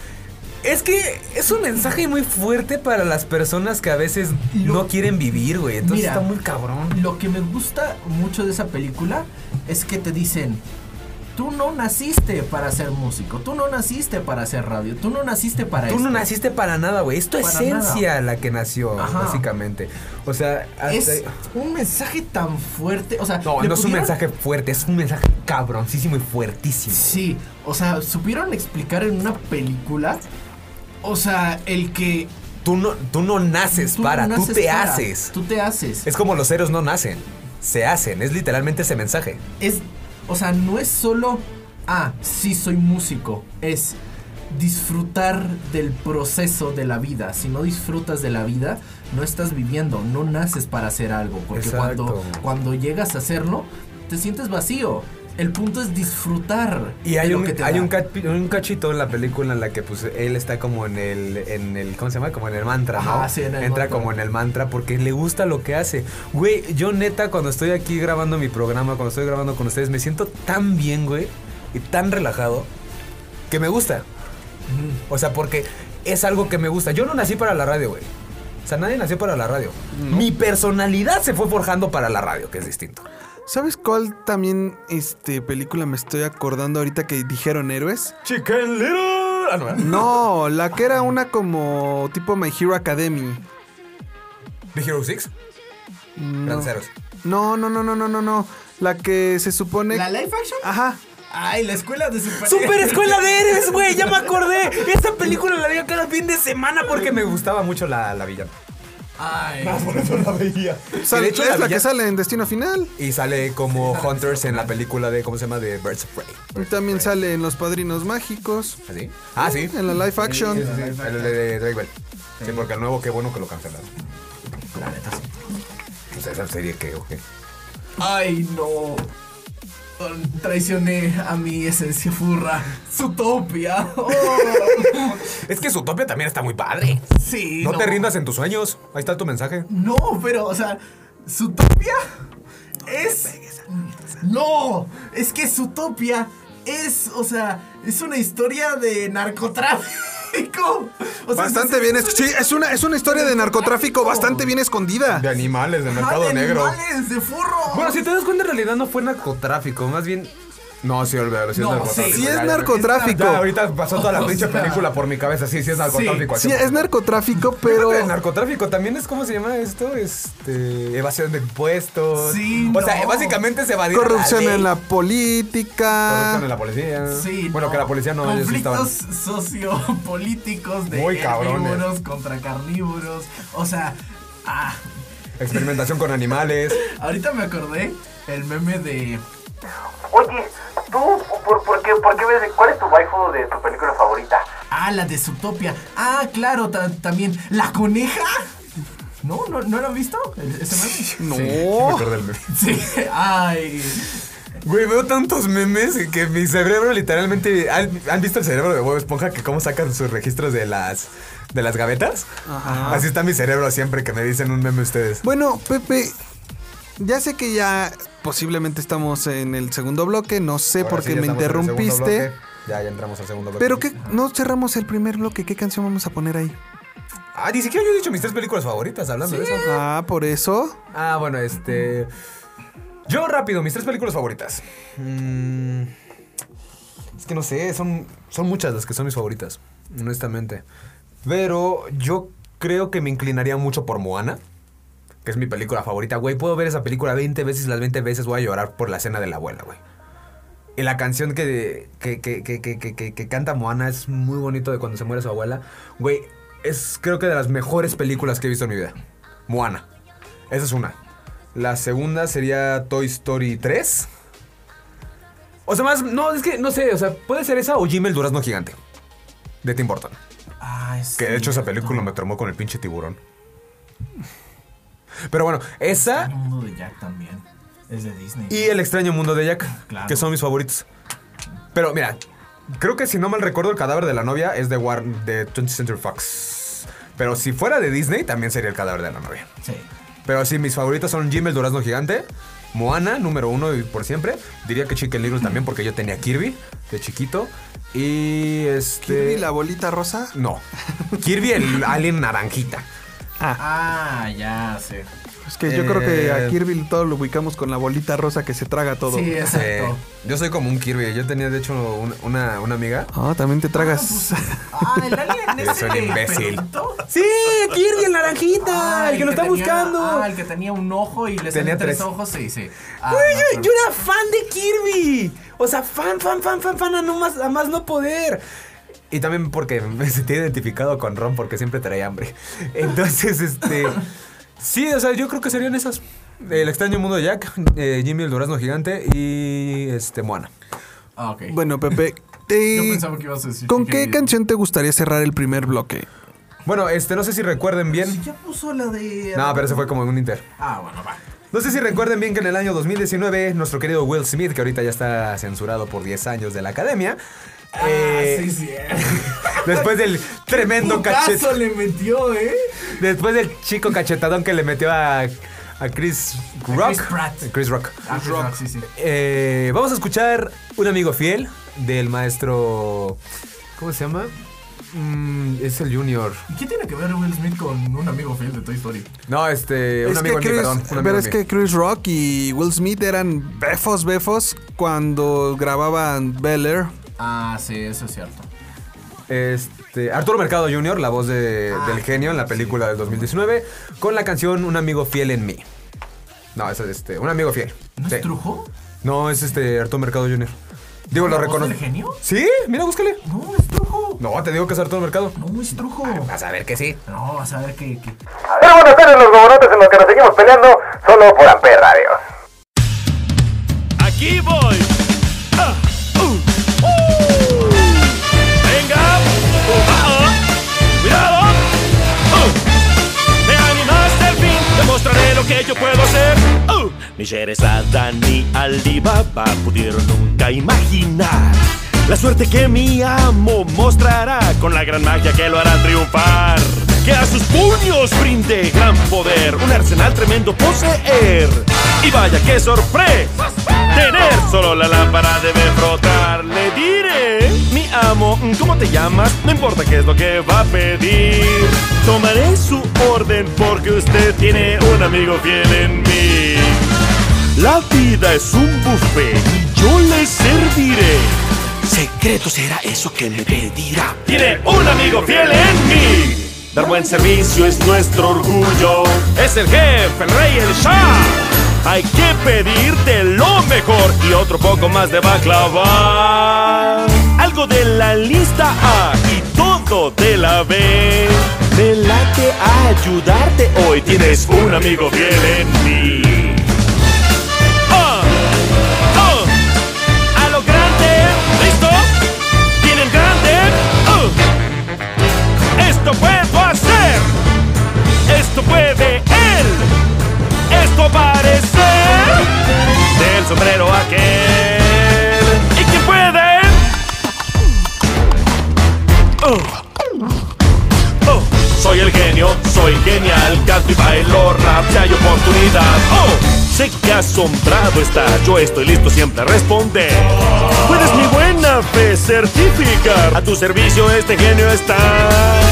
[SPEAKER 1] Es que es un mensaje muy fuerte para las personas que a veces no quieren vivir, güey. Entonces está muy cabrón.
[SPEAKER 3] Lo que me gusta mucho de esa película es que te dicen, tú no naciste para ser músico, tú no naciste para hacer radio, tú no naciste para
[SPEAKER 1] Tú no
[SPEAKER 3] esto".
[SPEAKER 1] naciste para nada, güey. Es tu
[SPEAKER 3] Para
[SPEAKER 1] esencia
[SPEAKER 3] nada.
[SPEAKER 1] la que nació,
[SPEAKER 3] Ajá.
[SPEAKER 1] básicamente. O sea, hasta-
[SPEAKER 3] Es un mensaje tan fuerte, o sea,
[SPEAKER 1] no,
[SPEAKER 3] le
[SPEAKER 1] no es un
[SPEAKER 3] pudieron-
[SPEAKER 1] mensaje fuerte, es un mensaje cabroncísimo y fuertísimo.
[SPEAKER 3] Sí, o sea, supieron explicar en una película, o sea, el que
[SPEAKER 1] Tú no, tú no naces
[SPEAKER 3] Tú no
[SPEAKER 1] para, tú
[SPEAKER 3] naces
[SPEAKER 1] te
[SPEAKER 3] para,
[SPEAKER 1] haces.
[SPEAKER 3] tú te haces.
[SPEAKER 1] Es como los héroes no nacen, se hacen. Es literalmente ese mensaje.
[SPEAKER 3] es, o sea, no es solo, ah, sí soy músico, es disfrutar del proceso de la vida. Si no disfrutas de la vida, no estás viviendo, no naces para hacer algo, porque
[SPEAKER 1] Exacto.
[SPEAKER 3] cuando, cuando llegas a hacerlo, te sientes vacío. El punto es disfrutar.
[SPEAKER 1] Y hay,
[SPEAKER 3] de lo
[SPEAKER 1] un,
[SPEAKER 3] que te
[SPEAKER 1] hay
[SPEAKER 3] da.
[SPEAKER 1] un, capi- un cachito en la película en la que pues él está como en el, en el ¿cómo se llama? Como en el mantra, ¿no?
[SPEAKER 3] Ajá, sí, en el
[SPEAKER 1] Entra
[SPEAKER 3] mantra.
[SPEAKER 1] como en el mantra porque le gusta lo que hace. Güey, yo neta cuando estoy aquí grabando mi programa, cuando estoy grabando con ustedes, me siento tan bien, güey, y tan relajado que me gusta. O sea, porque es algo que me gusta. Yo no nací para la radio, güey. O sea, nadie nació para la radio. Mi personalidad se fue forjando para la radio, que es distinto.
[SPEAKER 2] ¿Sabes cuál también este película me estoy acordando ahorita que dijeron héroes?
[SPEAKER 1] Chicken Little. Ah, no, ¿verdad?
[SPEAKER 2] No, la que era una como tipo My Hero Academy.
[SPEAKER 1] ¿Big Hero 6?
[SPEAKER 2] No.
[SPEAKER 1] Lanceros.
[SPEAKER 2] No, no, no, no, no, no, no. La que se supone.
[SPEAKER 3] ¿La live action?
[SPEAKER 2] Ajá.
[SPEAKER 3] Ay, la escuela de super.
[SPEAKER 6] ¡Super escuela de Eres, güey! ¡Ya me acordé!
[SPEAKER 1] Esta película la veía cada fin de semana porque me gustaba mucho la, la villana.
[SPEAKER 3] Ay.
[SPEAKER 2] Ah,
[SPEAKER 1] por eso la veía.
[SPEAKER 2] Sale- es la, que sale en Destino Final.
[SPEAKER 1] Y sale como Hunters en la película de, ¿cómo se llama? De Birds of Prey.
[SPEAKER 2] Y también sale en Los Padrinos Mágicos.
[SPEAKER 1] ¿Así? Ah, sí.
[SPEAKER 2] En la live action.
[SPEAKER 1] Sí, sí, sí, el de Drake Bell. Sí, porque el nuevo, qué bueno que lo cancelaron. La neta, sí. O sea, esa serie que, ok.
[SPEAKER 3] Ay, no. Traicioné a mi esencia furra. Zootopia. [LAUGHS] Oh,
[SPEAKER 1] Es que Zootopia también está muy padre.
[SPEAKER 3] sí.
[SPEAKER 1] no, te rindas en tus sueños. Ahí está tu mensaje.
[SPEAKER 3] No, pero, o sea, Zootopia es. No, es que Zootopia es, o sea, es una historia de narcotráfico. [LAUGHS] O sea,
[SPEAKER 2] Bastante bien. es- sí, es una, es una historia de narcotráfico bastante bien escondida.
[SPEAKER 1] De animales, del
[SPEAKER 3] Ajá,
[SPEAKER 1] mercado
[SPEAKER 3] de
[SPEAKER 1] negro.
[SPEAKER 3] animales, de furro.
[SPEAKER 1] Bueno, si te das cuenta, en realidad no fue narcotráfico, más bien. No, sí, olvídalo, sí
[SPEAKER 3] No,
[SPEAKER 1] es narcotráfico.
[SPEAKER 3] sí.
[SPEAKER 2] Sí es
[SPEAKER 1] ya, ya.
[SPEAKER 2] narcotráfico.
[SPEAKER 1] Ya, ahorita pasó toda la
[SPEAKER 3] O
[SPEAKER 1] pinche
[SPEAKER 3] sea.
[SPEAKER 1] película por mi cabeza. Sí, sí es narcotráfico.
[SPEAKER 2] Sí, es narcotráfico, pero.
[SPEAKER 1] El narcotráfico también es, ¿cómo se llama esto? Este, evasión de impuestos.
[SPEAKER 3] Sí,
[SPEAKER 1] O sea,
[SPEAKER 3] no.
[SPEAKER 1] básicamente se evadir
[SPEAKER 2] Corrupción
[SPEAKER 1] la ley.
[SPEAKER 2] en la política.
[SPEAKER 1] Corrupción en la policía.
[SPEAKER 3] Sí,
[SPEAKER 1] Bueno,
[SPEAKER 3] no.
[SPEAKER 1] que la policía no, ellos sí estaban.
[SPEAKER 3] Conflictos sociopolíticos de
[SPEAKER 1] Muy cabrones.
[SPEAKER 3] herbívoros contra carnívoros. O sea, ah,
[SPEAKER 1] Experimentación con animales.
[SPEAKER 3] ahorita me acordé el meme de.
[SPEAKER 5] Oye, tú, ¿por, por qué, por qué ves, cuál es tu waifu de tu película favorita?
[SPEAKER 3] Ah, la de Zootopia. Ah, claro, ta- también. ¿La coneja? ¿No? ¿No, no lo han visto?
[SPEAKER 1] [LAUGHS]
[SPEAKER 3] ¿E-, ¿Ese meme?
[SPEAKER 2] No.
[SPEAKER 3] Sí, ay.
[SPEAKER 1] Güey, veo tantos memes que- que mi cerebro literalmente. ¿Han, han visto el cerebro de Bob Esponja que cómo sacan sus registros de las. de las gavetas?
[SPEAKER 2] Ajá.
[SPEAKER 1] Así está mi cerebro siempre que me dicen un meme ustedes.
[SPEAKER 2] Bueno, Pepe, ya sé que ya posiblemente estamos en el segundo bloque, no sé por qué me interrumpiste,
[SPEAKER 1] Ya, ya entramos al segundo bloque.
[SPEAKER 2] pero que no cerramos el primer bloque, ¿qué canción vamos a poner ahí?
[SPEAKER 1] Ah, ni siquiera yo he dicho mis tres películas favoritas hablando de eso.
[SPEAKER 2] Ah, por eso.
[SPEAKER 1] Ah, bueno, este. Yo rápido, mis tres películas favoritas. Mm, es que no sé, son, son muchas las que son mis favoritas, honestamente. Pero yo creo que me inclinaría mucho por Moana, que es mi película favorita, güey. Puedo ver esa película 20 veces y las 20 veces voy a llorar por la escena de la abuela, güey. Y la canción que, que, que, que, que, que- que- que canta Moana es muy bonito de cuando se muere su abuela. Güey, es creo que de las mejores películas que he visto en mi vida. Moana. Esa es una. La segunda sería Toy Story 3. O sea, más, no, es que no sé, o sea, puede ser esa o Jimmy el Durazno Gigante. De Tim Burton.
[SPEAKER 3] Ay,
[SPEAKER 1] Que de hecho esa película me traumó con el pinche tiburón. Pero bueno, esa
[SPEAKER 3] El mundo de Jack también. Es de Disney.
[SPEAKER 1] y El extraño mundo de Jack,
[SPEAKER 3] Claro.
[SPEAKER 1] que son mis favoritos. Pero mira, creo que si no mal recuerdo, el cadáver de la novia es de, War de 20th Century Fox. Pero si fuera de Disney, también sería el cadáver de la novia.
[SPEAKER 3] Sí.
[SPEAKER 1] Pero sí, mis favoritas son Jimmy el Durazno Gigante, Moana, número uno y por siempre. Diría que Chicken Little también, porque yo tenía Kirby de chiquito. Y este.
[SPEAKER 2] Kirby, la bolita rosa.
[SPEAKER 1] No. Kirby el alien naranjita.
[SPEAKER 3] Ah, ya sé.
[SPEAKER 2] Es que yo creo que a
[SPEAKER 1] Eh.
[SPEAKER 2] Kirby todo lo ubicamos con la bolita rosa que se traga todo.
[SPEAKER 3] Sí,
[SPEAKER 1] Eh,
[SPEAKER 3] exacto.
[SPEAKER 1] yo soy como un Kirby. Yo tenía, de hecho, un- una, una amiga.
[SPEAKER 2] Ah, también te tragas. [LAUGHS]
[SPEAKER 3] Ah, el
[SPEAKER 1] [LAUGHS]
[SPEAKER 3] alien
[SPEAKER 1] Eres
[SPEAKER 3] ese
[SPEAKER 1] un imbécil.
[SPEAKER 3] peludito.
[SPEAKER 1] Sí, Kirby el naranjita,
[SPEAKER 3] Ah,
[SPEAKER 1] el que lo está
[SPEAKER 3] tenía-
[SPEAKER 1] buscando.
[SPEAKER 3] Ah, el que tenía un ojo y le
[SPEAKER 1] Tenía
[SPEAKER 3] salían tres.
[SPEAKER 1] tres.
[SPEAKER 3] ojos, sí, sí. Ah,
[SPEAKER 6] Güey, yo,
[SPEAKER 3] no,
[SPEAKER 6] yo era fan de Kirby. O sea, fan, fan, fan, fan, fan, a, no más, a más no poder.
[SPEAKER 1] Y también porque me sentí identificado con Ron porque siempre traía hambre.
[SPEAKER 6] [LAUGHS]
[SPEAKER 1] Entonces, este. Sí, o sea, yo creo que serían esas. El extraño mundo de Jack, eh, Jimmy el durazno gigante y este Moana.
[SPEAKER 3] Ah, ok.
[SPEAKER 2] Bueno, Pepe, te-
[SPEAKER 3] Yo pensaba que ibas a decir
[SPEAKER 2] ¿con
[SPEAKER 3] que
[SPEAKER 2] qué
[SPEAKER 3] Kirby-
[SPEAKER 2] canción te gustaría cerrar el primer bloque?
[SPEAKER 1] Bueno, este, no sé si recuerden bien.
[SPEAKER 3] Ya puso la de.
[SPEAKER 1] No, pero se fue como en un inter.
[SPEAKER 3] Ah, bueno, va.
[SPEAKER 1] No sé si recuerden bien que en el año 2019 nuestro querido Will Smith, que ahorita ya está censurado por 10 años de la academia,
[SPEAKER 6] Ah,
[SPEAKER 1] eh,
[SPEAKER 14] Ah, sí, sí. [LAUGHS]
[SPEAKER 1] después del tremendo
[SPEAKER 14] Putazo
[SPEAKER 1] cachetón,
[SPEAKER 14] le metió, ¿eh?
[SPEAKER 1] después del chico cachetadón que le metió a, a Chris Rock,
[SPEAKER 14] Chris Pratt.
[SPEAKER 1] Chris Rock.
[SPEAKER 14] Ah, Chris Rock, sí, sí.
[SPEAKER 1] Eh, vamos a escuchar un amigo fiel del maestro, ¿cómo se llama? Mm, es el Junior.
[SPEAKER 14] ¿Y qué tiene que ver Will Smith con un amigo fiel de Toy Story?
[SPEAKER 1] No, este, un
[SPEAKER 2] Es que
[SPEAKER 1] amigo en mí,
[SPEAKER 2] Chris-
[SPEAKER 1] perdón. un amigo
[SPEAKER 2] pero
[SPEAKER 1] en
[SPEAKER 2] es
[SPEAKER 1] mí.
[SPEAKER 2] que Chris Rock y Will Smith eran befos, befos cuando grababan Bel Air.
[SPEAKER 14] Ah, sí, eso es cierto.
[SPEAKER 1] Este, Arturo Mercado Jr., la voz de-
[SPEAKER 14] Ah,
[SPEAKER 1] del genio en la película del 2019, con la canción Un amigo fiel en mí. No, es este, un amigo fiel. ¿No es
[SPEAKER 14] Trujo?
[SPEAKER 1] No, es este Arturo Mercado Jr. Digo,
[SPEAKER 14] ¿La
[SPEAKER 1] lo
[SPEAKER 14] voz
[SPEAKER 1] reconoce.
[SPEAKER 14] del genio?
[SPEAKER 1] Sí, mira, búscale.
[SPEAKER 14] No, es Trujo.
[SPEAKER 1] No, te digo que es Arturo Mercado.
[SPEAKER 14] No, es Trujo.
[SPEAKER 1] Vas a ver que sí.
[SPEAKER 14] No, vas a ver que... que-
[SPEAKER 5] Pero buenas tardes, los gobernates en los que nos seguimos peleando solo por Amper Radio.
[SPEAKER 3] Aquí voy. Ah, uh, uh. Venga. Ah, ah. Cuidado. Uh. Me animaste al fin. Te mostraré lo que yo puedo hacer. Uh. Ni Sherezada ni Alibaba pudieron nunca imaginar. La suerte que mi amo mostrará con la gran magia que lo hará triunfar. Que a sus puños brinde gran poder, un arsenal tremendo poseer. Y vaya que sorpresa, tener solo la lámpara debe frotar. Le diré, mi amo, ¿cómo te llamas? No importa qué es lo que va a pedir. Tomaré su orden porque usted tiene un amigo fiel en mí. La vida es un buffet y yo le serviré. Secreto será eso que me pedirá. Tiene un amigo fiel en mí. Dar buen servicio es nuestro orgullo. Es el jefe, el rey, el shah. Hay que pedirte lo mejor y otro poco más de baklava. Algo de la lista A y todo de la B. Delante a ayudarte hoy. Tienes un amigo fiel en mí. ¡Ah! ¡Ah! A lo grande, ¿listo? Tienen grande. ¡Ah! Esto puedo hacer. Esto puede él. Esto parecer. Del sombrero aquel. ¿Y quién puede? ¡Ah! Oh, soy el genio, soy genial, canto y bailo rap, si hay oportunidad. Oh, sé que asombrado está, yo estoy listo siempre a responder. Puedes mi buena fe certificar, a tu servicio este genio está.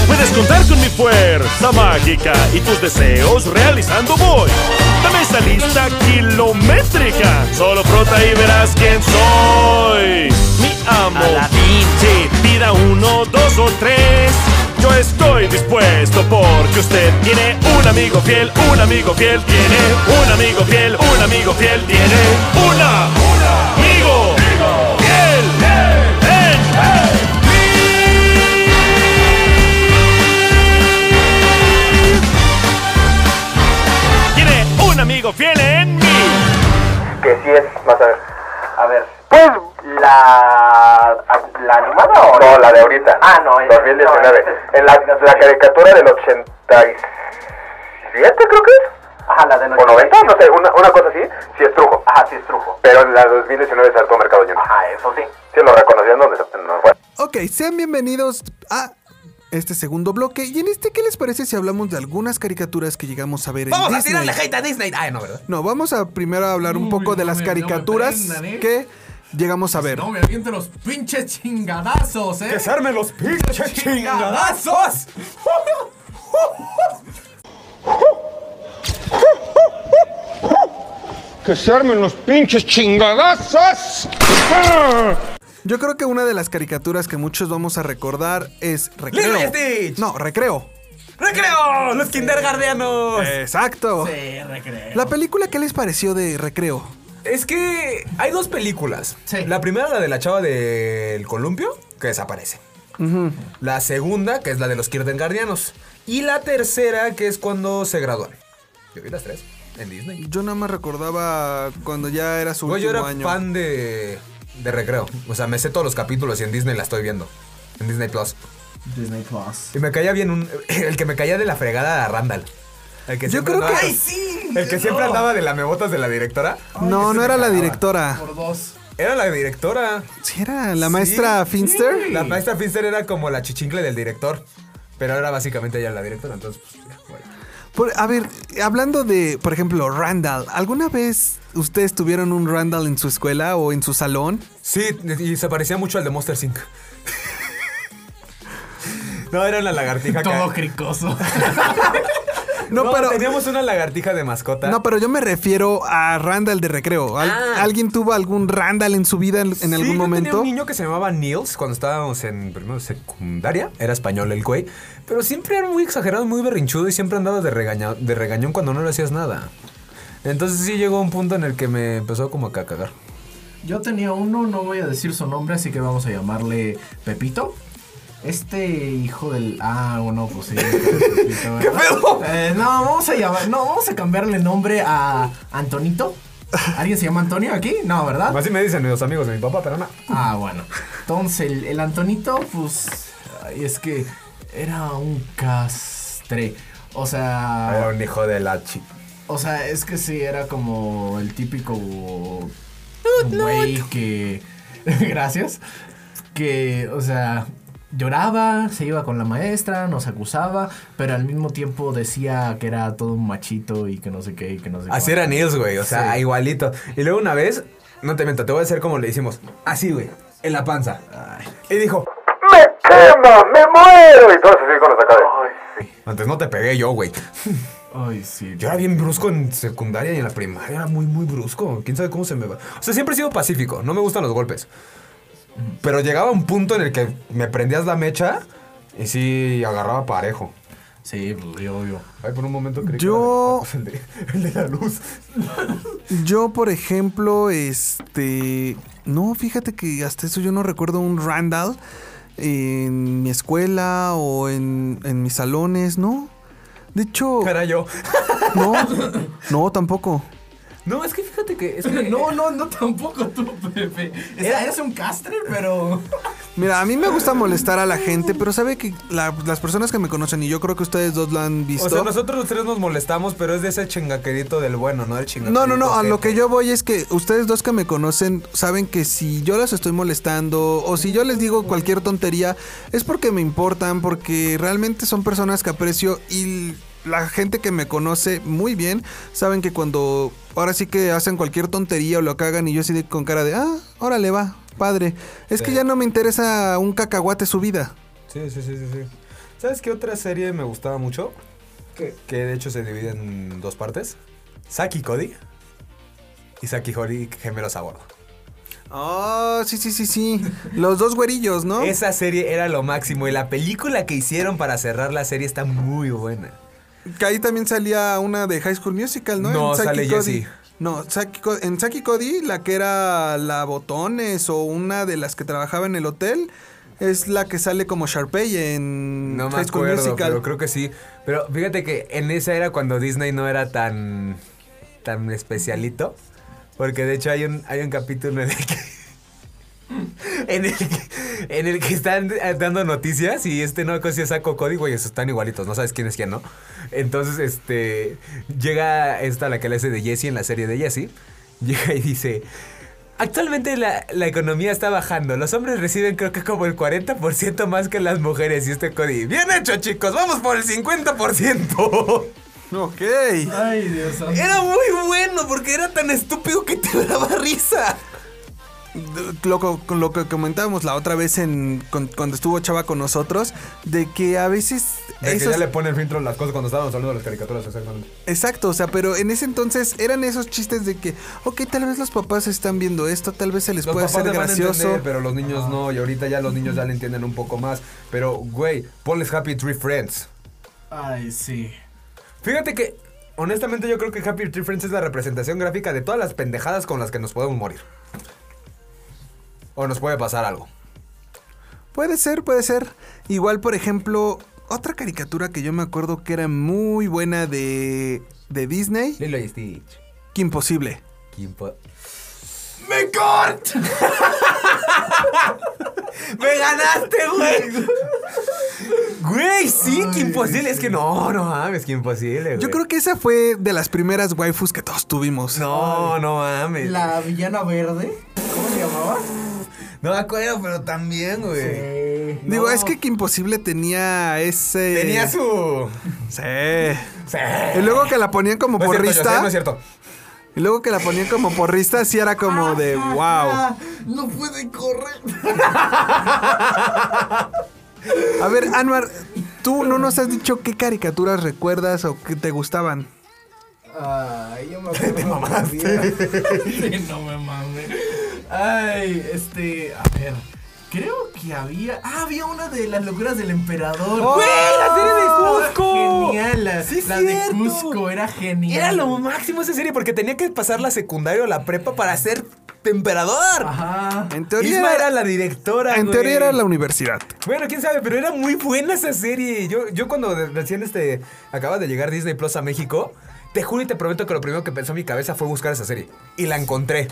[SPEAKER 3] Puedes contar con mi fuerza mágica y tus deseos realizando voy. Dame esa lista kilométrica, solo frota y verás quién soy. Mi amo, sí, tira uno, dos o tres. Yo estoy dispuesto porque usted tiene un amigo fiel, un amigo fiel, tiene un amigo fiel, un amigo fiel, tiene una, amigo fiel. ¡Ven! Tiene un amigo fiel en mí.
[SPEAKER 5] Que sí es, vas a ver. A ver. Pues la. ¿La animada o no? la de ahorita. Ah, no, 2019. en la, la caricatura del 87, creo que es. Ajá, la del O 90, no sé, una, una cosa así. Sí es trujo. Ajá, sí es trujo. Pero en la 2019 es Arturo Mercado Junior. Ajá, eso sí. Sí lo reconocían donde se- no fue.
[SPEAKER 2] Ok, sean bienvenidos a este segundo bloque. ¿Y en este qué les parece si hablamos de algunas caricaturas que llegamos a ver en
[SPEAKER 1] Vamos a
[SPEAKER 2] Disney?
[SPEAKER 1] tirarle hate a Disney. Ay, no, ¿verdad?
[SPEAKER 2] No, vamos a primero hablar un poco de las
[SPEAKER 14] me- no me
[SPEAKER 2] caricaturas
[SPEAKER 14] prendan, ¿eh?
[SPEAKER 2] que llegamos a ver.
[SPEAKER 14] No, me aviento los pinches chingadazos, ¿eh?
[SPEAKER 1] ¡Que se armen los pinches chingadazos!
[SPEAKER 12] ¡Que se armen los pinches chingadazos!
[SPEAKER 2] Yo creo que una de las caricaturas que muchos vamos a recordar es Recreo.
[SPEAKER 1] Lilo y
[SPEAKER 2] No, Recreo.
[SPEAKER 1] ¡Recreo! ¡Los kindergarteanos!
[SPEAKER 2] Exacto. La película, ¿qué les pareció de Recreo?
[SPEAKER 1] Es que hay dos películas. La primera, la de la chava del columpio, que desaparece. La segunda, que es la de los kindergarteanos. Y la tercera, que es cuando se gradúan. Yo vi las tres en Disney.
[SPEAKER 2] Yo nada más recordaba cuando ya era su
[SPEAKER 1] Güey, yo
[SPEAKER 2] último
[SPEAKER 1] era
[SPEAKER 2] año.
[SPEAKER 1] fan de, de recreo. O sea, me sé todos los capítulos y en Disney la estoy viendo. En Disney Plus.
[SPEAKER 14] Disney Plus.
[SPEAKER 1] [LAUGHS] Y me caía bien un. El que me caía de la fregada a Randall. El que
[SPEAKER 2] Yo
[SPEAKER 1] siempre
[SPEAKER 2] creo
[SPEAKER 1] andaba-
[SPEAKER 2] que
[SPEAKER 1] El que siempre andaba de lamebotas de la directora.
[SPEAKER 2] No, no era la directora.
[SPEAKER 3] Por dos.
[SPEAKER 1] Era la directora.
[SPEAKER 2] Sí, era la maestra Finster.
[SPEAKER 1] La maestra Finster era como la chichincle del director. Pero era básicamente ella la directora, entonces pues, ya, bueno.
[SPEAKER 2] Por- a ver, hablando de, por ejemplo, Randall, ¿alguna vez ustedes tuvieron un Randall en su escuela o en su salón?
[SPEAKER 1] Sí, y se parecía mucho al de Monster Inc. [LAUGHS] No, era una
[SPEAKER 2] [LAUGHS]
[SPEAKER 1] lagartija.
[SPEAKER 3] Todo
[SPEAKER 1] que-
[SPEAKER 3] [LAUGHS] cricoso.
[SPEAKER 1] No,
[SPEAKER 2] No,
[SPEAKER 1] pero
[SPEAKER 2] pero-
[SPEAKER 1] teníamos una lagartija de mascota.
[SPEAKER 2] No, pero yo me refiero a Randall de recreo. ¿Al-
[SPEAKER 1] Ah.
[SPEAKER 2] ¿Alguien tuvo algún Randall en su vida en, en
[SPEAKER 1] Sí,
[SPEAKER 2] algún
[SPEAKER 1] yo Tenía
[SPEAKER 2] momento?
[SPEAKER 1] un niño que se llamaba Niels cuando estábamos en primero de secundaria. Era español el güey. Pero siempre era muy exagerado, muy berrinchudo y siempre andaba de, regaña- de regañón cuando no le hacías nada. Entonces sí llegó un punto en el que me empezó como que a cagar.
[SPEAKER 3] Yo tenía uno, no voy a decir su nombre, así que vamos a llamarle Pepito. Este hijo del. Ah, bueno, pues sí. [LAUGHS] Pepito, ¿verdad? Eh, no, vamos a llamar. No, vamos a cambiarle nombre a Antonito. ¿Alguien se llama Antonio aquí? No, ¿verdad?
[SPEAKER 1] Así me dicen los amigos de mi papá, pero no.
[SPEAKER 3] Ah, bueno. Entonces, el, el Antonito, pues. ay, es que era un castre. O sea.
[SPEAKER 1] Era Ah, un hijo de la chi.
[SPEAKER 3] O sea, es que sí, era como el típico güey que... [LAUGHS] Gracias. Que, o sea, lloraba, se iba con la maestra, nos acusaba, pero al mismo tiempo decía que era todo un machito y que no sé qué y que no sé
[SPEAKER 1] Así era Niels, güey. O sea, igualito. Y luego una vez, no te miento, te voy a hacer como le hicimos. Así, güey. En la panza. Y dijo,
[SPEAKER 5] ¡Me quema! ¡Me muero! Eh, Y todos así con los acá de-
[SPEAKER 1] Antes no te pegué yo, güey.
[SPEAKER 3] Ay, sí.
[SPEAKER 1] Yo era bien brusco en secundaria y en la primaria era muy, muy brusco. ¿Quién sabe cómo se me va? O sea, siempre he sido pacífico, no me gustan los golpes. Pero llegaba un punto en el que me prendías la mecha y sí agarraba parejo.
[SPEAKER 3] Sí, pues, obvio.
[SPEAKER 1] Ay, por un momento creí que
[SPEAKER 2] Yo,
[SPEAKER 1] era el de, el de la luz.
[SPEAKER 2] yo, por ejemplo, este... No, fíjate que hasta eso yo no recuerdo un Randall en mi escuela o en, en mis salones, ¿no? De hecho...
[SPEAKER 1] Era yo.
[SPEAKER 2] No, no, tampoco.
[SPEAKER 1] No, es que fíjate que.
[SPEAKER 3] [LAUGHS] no, no, no tampoco tú, Pepe. O sea, eres un castre, pero.
[SPEAKER 2] Mira, a mí me gusta molestar a la gente, pero sabe que la- las personas que me conocen, y yo creo que ustedes dos lo han visto.
[SPEAKER 1] O sea, nosotros los tres nos molestamos, pero es de ese chingaquerito del bueno, no del chingaquerito.
[SPEAKER 2] No, no, no, a
[SPEAKER 1] ojete.
[SPEAKER 2] lo que yo voy es que ustedes dos que me conocen saben que si yo los estoy molestando o si yo les digo cualquier tontería es porque me importan, porque realmente son personas que aprecio y la gente que me conoce muy bien saben que cuando ahora sí que hacen cualquier tontería o lo cagan y yo así de- con cara de, ah, órale va, padre, es que ya no me interesa un cacahuate su vida.
[SPEAKER 1] Sí, sí, sí, sí, sí. ¿Sabes qué otra serie me gustaba mucho? Que, que de hecho se divide en dos partes. Saki y Cody. Y Saki y Hori gemelos a bordo.
[SPEAKER 2] Oh, sí, sí, sí, sí. Los dos güerillos, ¿no?
[SPEAKER 1] Esa serie era lo máximo. Y la película que hicieron para cerrar la serie está muy buena.
[SPEAKER 2] Que ahí también salía una de High School Musical, ¿no?
[SPEAKER 1] No,
[SPEAKER 2] En Zack y
[SPEAKER 1] sale
[SPEAKER 2] Cody.
[SPEAKER 1] Jessie.
[SPEAKER 2] No, Zack y Co- en Saki Cody, la que era la Botones o una de las que trabajaba en el hotel, es la que sale como Sharpay en
[SPEAKER 1] No me
[SPEAKER 2] High School
[SPEAKER 1] acuerdo,
[SPEAKER 2] Musical.
[SPEAKER 1] pero creo que sí. Pero fíjate que en esa era cuando Disney no era tan, tan especialito. Porque de hecho hay un, hay un capítulo en el que... [LAUGHS] En el, que, en el que están eh, dando noticias y este no consigue saco código y esos están igualitos, no sabes quién es quién, ¿no? Entonces, este llega esta la que le hace de Jessie en la serie de Jessie, llega y dice, Actualmente la, la economía está bajando. Los hombres reciben creo que como el 40% más que las mujeres. Y este Cody, bien hecho chicos, vamos por el [LAUGHS] 50%.
[SPEAKER 2] Ok.
[SPEAKER 3] Ay, Dios santo.
[SPEAKER 1] Era muy bueno porque era tan estúpido que te daba risa.
[SPEAKER 2] lo, co- con lo que comentábamos la otra vez en con- cuando estuvo Chava con nosotros, de que a veces... esos-
[SPEAKER 1] ponen filtro a las cosas cuando estábamos hablando de las caricaturas, exactamente.
[SPEAKER 2] Exacto, o sea, pero en ese entonces eran esos chistes de que, ok, tal vez los papás están viendo esto, tal vez se les
[SPEAKER 1] Los
[SPEAKER 2] puede
[SPEAKER 1] papás
[SPEAKER 2] hacer
[SPEAKER 1] te van a
[SPEAKER 2] gracioso.
[SPEAKER 1] entender, pero los niños no. Y ahorita ya los niños ya le entienden un poco más. Pero, güey, ponles Happy Tree Friends.
[SPEAKER 3] Ay, sí.
[SPEAKER 1] Fíjate que, honestamente, yo creo que Happy Tree Friends es la representación gráfica de todas las pendejadas con las que nos podemos morir. O nos puede pasar algo.
[SPEAKER 2] Puede ser, puede ser. Igual, por ejemplo, otra caricatura que yo me acuerdo que era muy buena de, de Disney,
[SPEAKER 1] Lilo y Stitch.
[SPEAKER 2] que imposible.
[SPEAKER 1] ¡Me cort! ¡Me ganaste, güey! Güey, sí, qué imposible. Es que no, no mames, qué imposible, güey.
[SPEAKER 2] Yo creo que esa fue de las primeras waifus que todos tuvimos.
[SPEAKER 1] No, no mames.
[SPEAKER 3] La villana verde. ¿Cómo se llamaba?
[SPEAKER 1] No me acuerdo, pero también, güey.
[SPEAKER 2] Digo, es que, que imposible tenía ese.
[SPEAKER 1] Tenía su.
[SPEAKER 2] Sí.
[SPEAKER 1] Sí.
[SPEAKER 2] Y luego que la ponían como
[SPEAKER 1] No es cierto, yo sé,
[SPEAKER 2] porrista.
[SPEAKER 1] no es cierto.
[SPEAKER 2] Y luego que la ponían como porrista, así era como de wow.
[SPEAKER 3] Ah, no puede correr.
[SPEAKER 2] [LAUGHS] A ver, Anwar, tú no nos has dicho qué caricaturas recuerdas o que te gustaban.
[SPEAKER 3] Ay, yo me acuerdo. Te [LAUGHS] sí, no me mames. Ay, este, a ver. Creo que había. Ah, había una de las locuras del emperador.
[SPEAKER 1] ¡Oh! ¡Güey, la serie de Cusco!
[SPEAKER 3] Genial, la,
[SPEAKER 1] Sí, es
[SPEAKER 3] la de
[SPEAKER 1] cierto.
[SPEAKER 3] Cusco era genial.
[SPEAKER 1] Era lo máximo esa serie porque tenía que pasar la secundaria o la prepa para ser emperador.
[SPEAKER 3] Ajá.
[SPEAKER 2] En
[SPEAKER 1] Isma
[SPEAKER 2] teoría
[SPEAKER 1] era,
[SPEAKER 2] era,
[SPEAKER 1] la directora.
[SPEAKER 2] en
[SPEAKER 1] güey.
[SPEAKER 2] teoría era la universidad.
[SPEAKER 1] Bueno, quién sabe, pero era muy buena esa serie. Yo, yo cuando de- recién este, acaba de llegar Disney Plus a México, te juro y te prometo que lo primero que pensó en mi cabeza fue buscar esa serie. Y la encontré.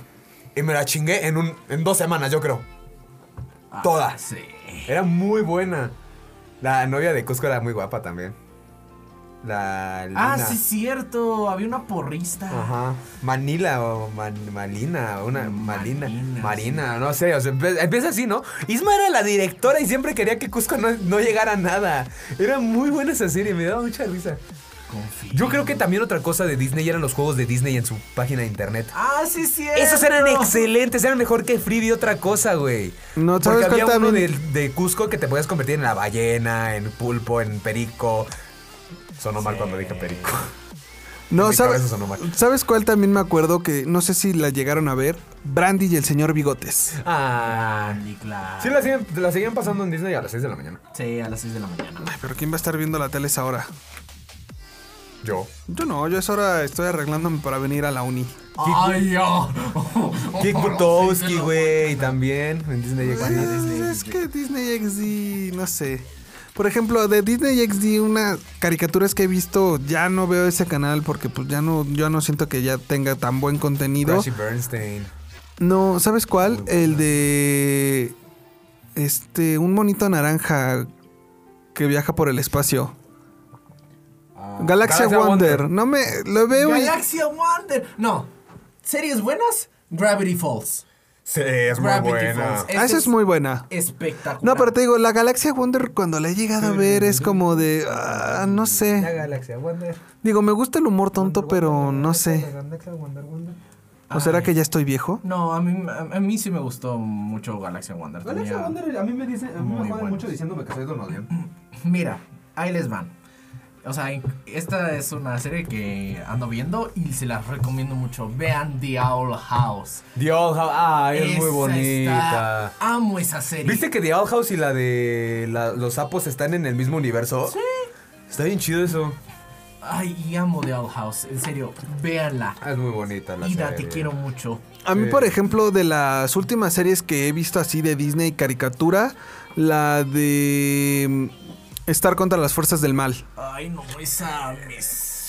[SPEAKER 1] Y me la chingué en, un, en dos semanas, yo creo. Toda.
[SPEAKER 3] Ah, Sí.
[SPEAKER 1] Era muy buena. La novia de Cusco era muy guapa también. La
[SPEAKER 3] Ah,
[SPEAKER 1] Lina.
[SPEAKER 3] sí, cierto. Había una porrista.
[SPEAKER 1] Ajá. Manila o Man- Malina, una Malina, Marina, no sé, o sea, empe- empieza así, ¿no? Isma era la directora y siempre quería que Cusco no, no llegara a nada. Era muy buena esa serie, me daba mucha risa. Yo creo que también otra cosa de Disney eran los juegos de Disney en su página de internet.
[SPEAKER 3] Ah, sí, cierto.
[SPEAKER 1] Esos eran excelentes, eran mejor que Free de otra cosa, güey.
[SPEAKER 2] No,
[SPEAKER 1] Porque
[SPEAKER 2] ¿sabes cuál
[SPEAKER 1] había uno de,
[SPEAKER 2] también?
[SPEAKER 1] de Cusco que te podías convertir en la ballena, en pulpo, en perico. Sonó mal cuando dije perico.
[SPEAKER 2] No,
[SPEAKER 1] mi
[SPEAKER 2] ¿sabes,
[SPEAKER 1] cabeza sonó mal.
[SPEAKER 2] ¿sabes cuál también me acuerdo que no sé si la llegaron a ver? Brandy y el señor Bigotes.
[SPEAKER 1] Ah,
[SPEAKER 3] Andy, claro.
[SPEAKER 1] Sí, la siguen, la seguían pasando en Disney a las 6 de la mañana.
[SPEAKER 3] Sí, a las 6 de la mañana.
[SPEAKER 2] Ay, pero ¿quién va a estar viendo la tele esa hora?
[SPEAKER 1] Yo.
[SPEAKER 2] Yo no, yo a esa hora estoy arreglándome para venir a la uni.
[SPEAKER 3] Ay, ya.
[SPEAKER 1] Kick Butowski, güey, también. En Disney XD.
[SPEAKER 2] pues, Es que Disney XD, no sé. Por ejemplo, de Disney XD, unas caricaturas que he visto, ya no veo ese canal porque pues ya no, yo no siento que ya tenga tan buen contenido.
[SPEAKER 1] Crashy Bernstein.
[SPEAKER 2] No, ¿sabes cuál? El de. Este, un monito naranja que viaja por el espacio. Galaxia,
[SPEAKER 1] Galaxia
[SPEAKER 2] Wonder.
[SPEAKER 1] Wonder.
[SPEAKER 2] No me. Lo veo y.
[SPEAKER 3] Galaxia Wonder. No. ¿Series buenas? Gravity Falls.
[SPEAKER 1] Sí, es muy
[SPEAKER 3] Gravity
[SPEAKER 1] buena.
[SPEAKER 3] Falls.
[SPEAKER 2] Ah, esa es muy buena.
[SPEAKER 3] Espectacular.
[SPEAKER 2] No, pero te digo, la Galaxia Wonder cuando la he llegado a ver es como de. ah, no
[SPEAKER 1] La
[SPEAKER 2] sé.
[SPEAKER 1] Galaxia Wonder.
[SPEAKER 2] Digo, me gusta el humor tonto, pero no sé.
[SPEAKER 1] Galaxia Wonder Wonder.
[SPEAKER 2] ¿O será que ya estoy viejo?
[SPEAKER 3] No, a mí, a, a mí sí me gustó mucho Galaxia Wonder.
[SPEAKER 1] Galaxia
[SPEAKER 3] Tenía-
[SPEAKER 1] Wonder, a mí me dicen, a mí
[SPEAKER 3] Muy
[SPEAKER 1] me joden
[SPEAKER 3] buenos.
[SPEAKER 1] mucho diciéndome que soy Don Odion.
[SPEAKER 3] Mira, ahí les van. O sea, en- esta es una serie que ando viendo y se las recomiendo mucho. Vean The Owl House.
[SPEAKER 1] Dios, ah, es muy
[SPEAKER 3] Esa
[SPEAKER 1] bonita.
[SPEAKER 3] está- amo esa serie.
[SPEAKER 1] ¿Viste que The Owl House y la de la- los sapos están en el mismo universo? Sí. Está bien chido eso.
[SPEAKER 3] Ay, y amo The Owl House. En serio, véanla.
[SPEAKER 1] Ah, Es muy bonita la
[SPEAKER 3] Ida,
[SPEAKER 1] serie.
[SPEAKER 3] te quiero mucho.
[SPEAKER 2] A mí,
[SPEAKER 1] Sí.
[SPEAKER 2] por ejemplo, de las últimas series que he visto así de Disney caricatura, la de mm, Estar contra las fuerzas del mal.
[SPEAKER 3] Ay, no, esa me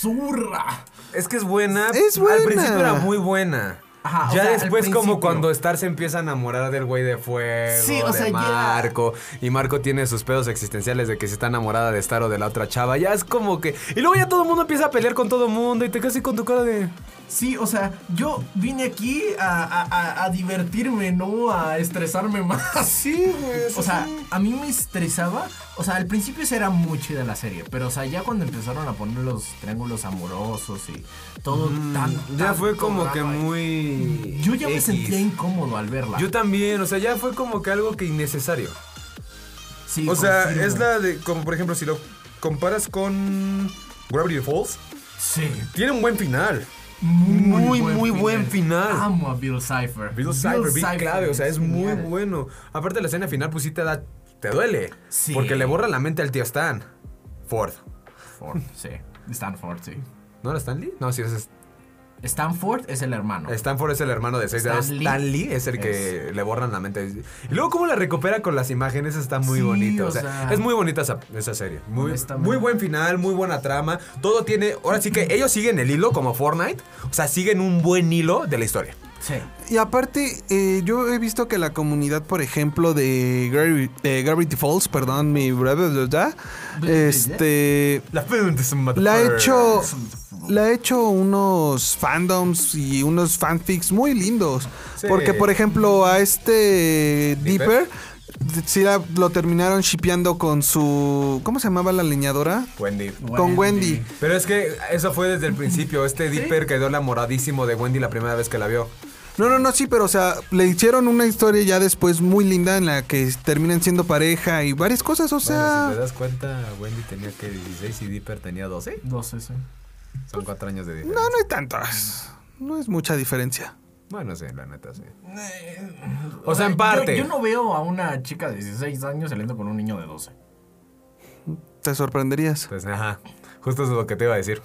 [SPEAKER 3] zurra.
[SPEAKER 1] Es que es buena.
[SPEAKER 2] Es
[SPEAKER 1] Al
[SPEAKER 2] buena.
[SPEAKER 1] principio era muy buena.
[SPEAKER 3] Ajá, o
[SPEAKER 1] ya
[SPEAKER 3] sea, al
[SPEAKER 1] después
[SPEAKER 3] principio.
[SPEAKER 1] como cuando Star se empieza a enamorar del güey de fuego,
[SPEAKER 3] Sí, o
[SPEAKER 1] de
[SPEAKER 3] sea, ya-
[SPEAKER 1] Marco, y Marco tiene sus pedos existenciales de que si está enamorada de Star o de la otra chava, ya es como que... Y luego ya todo el mundo empieza a pelear con todo el mundo y te quedas así con tu cara de...
[SPEAKER 3] Sí, o sea, yo vine aquí a, a- a- a divertirme, no a estresarme [LAUGHS] más.
[SPEAKER 1] Sí, güey.
[SPEAKER 3] O sea, a mí me estresaba. O sea, al principio sí era muy chida la serie, pero o sea, ya cuando empezaron a poner los triángulos amorosos y todo tan.
[SPEAKER 1] Mm, Ya
[SPEAKER 3] tanto
[SPEAKER 1] fue como
[SPEAKER 3] drama
[SPEAKER 1] que
[SPEAKER 3] ahí.
[SPEAKER 1] muy...
[SPEAKER 3] Yo ya me
[SPEAKER 1] X.
[SPEAKER 3] sentía incómodo al verla.
[SPEAKER 1] Yo también, o sea, ya fue como que algo que innecesario.
[SPEAKER 3] Sí,
[SPEAKER 1] O sea,
[SPEAKER 3] confirmo.
[SPEAKER 1] es la de... Como por ejemplo, si lo comparas con Gravity Falls,
[SPEAKER 3] Sí.
[SPEAKER 1] tiene un buen final. Muy,
[SPEAKER 3] Muy,
[SPEAKER 1] muy buen final.
[SPEAKER 3] Amo a Bill Cipher.
[SPEAKER 1] Bill Cipher, Bill
[SPEAKER 3] Cipher
[SPEAKER 1] clave, o sea, es muy
[SPEAKER 3] genial.
[SPEAKER 1] bueno. Aparte la escena final, pues sí te da, te duele.
[SPEAKER 3] Sí.
[SPEAKER 1] Porque le borra la mente al tío Stan. Ford.
[SPEAKER 3] Ford, sí. Stanford, sí.
[SPEAKER 1] ¿No era Stanley? No, sí, es es-
[SPEAKER 3] Stanford es el hermano.
[SPEAKER 1] Stanford es el hermano de Seis.
[SPEAKER 3] Stan Lee.
[SPEAKER 1] Stanley es el que le borran la mente. Y luego cómo la recupera con las imágenes está muy
[SPEAKER 3] Sí,
[SPEAKER 1] bonito. O
[SPEAKER 3] o
[SPEAKER 1] sea,
[SPEAKER 3] sea,
[SPEAKER 1] es muy bonita esa, esa serie. Muy,
[SPEAKER 3] honestamente.
[SPEAKER 1] muy buen final, muy buena trama. Todo tiene... Ahora sí que ellos siguen el hilo como Fortnite. O sea, siguen un buen hilo de la historia.
[SPEAKER 3] Sí.
[SPEAKER 2] Y aparte, eh, yo he visto que la comunidad, por ejemplo, de, Gravi- de Gravity Falls, perdón, mi ¿verdad? Este.
[SPEAKER 1] La pregunta es un
[SPEAKER 2] La ha hecho. La ha hecho unos fandoms y unos fanfics muy lindos.
[SPEAKER 1] Sí.
[SPEAKER 2] Porque, por ejemplo, a este Deeper, sí la- lo terminaron shipeando con su. ¿Cómo se llamaba la leñadora?
[SPEAKER 1] Wendy.
[SPEAKER 2] Con Wendy.
[SPEAKER 1] Pero es que eso fue desde el principio. Este Dipper quedó enamoradísimo de Wendy la primera vez que la vio.
[SPEAKER 2] No, no, no, sí, pero o sea, le hicieron una historia ya después muy linda en la que terminan siendo pareja y varias cosas, o sea...
[SPEAKER 1] Si te das cuenta, Wendy tenía que 16 y Dipper tenía 12.
[SPEAKER 3] 12, sí.
[SPEAKER 1] Son 4 años de diferencia.
[SPEAKER 2] no, no hay tantas. No es mucha diferencia.
[SPEAKER 1] Bueno, sí, la neta, sí.
[SPEAKER 2] O sea, en parte.
[SPEAKER 3] Eh, Yo, yo no veo a una chica de 16 años saliendo con un niño de 12.
[SPEAKER 2] Te sorprenderías.
[SPEAKER 1] Pues ajá. Justo eso es lo que te iba a decir.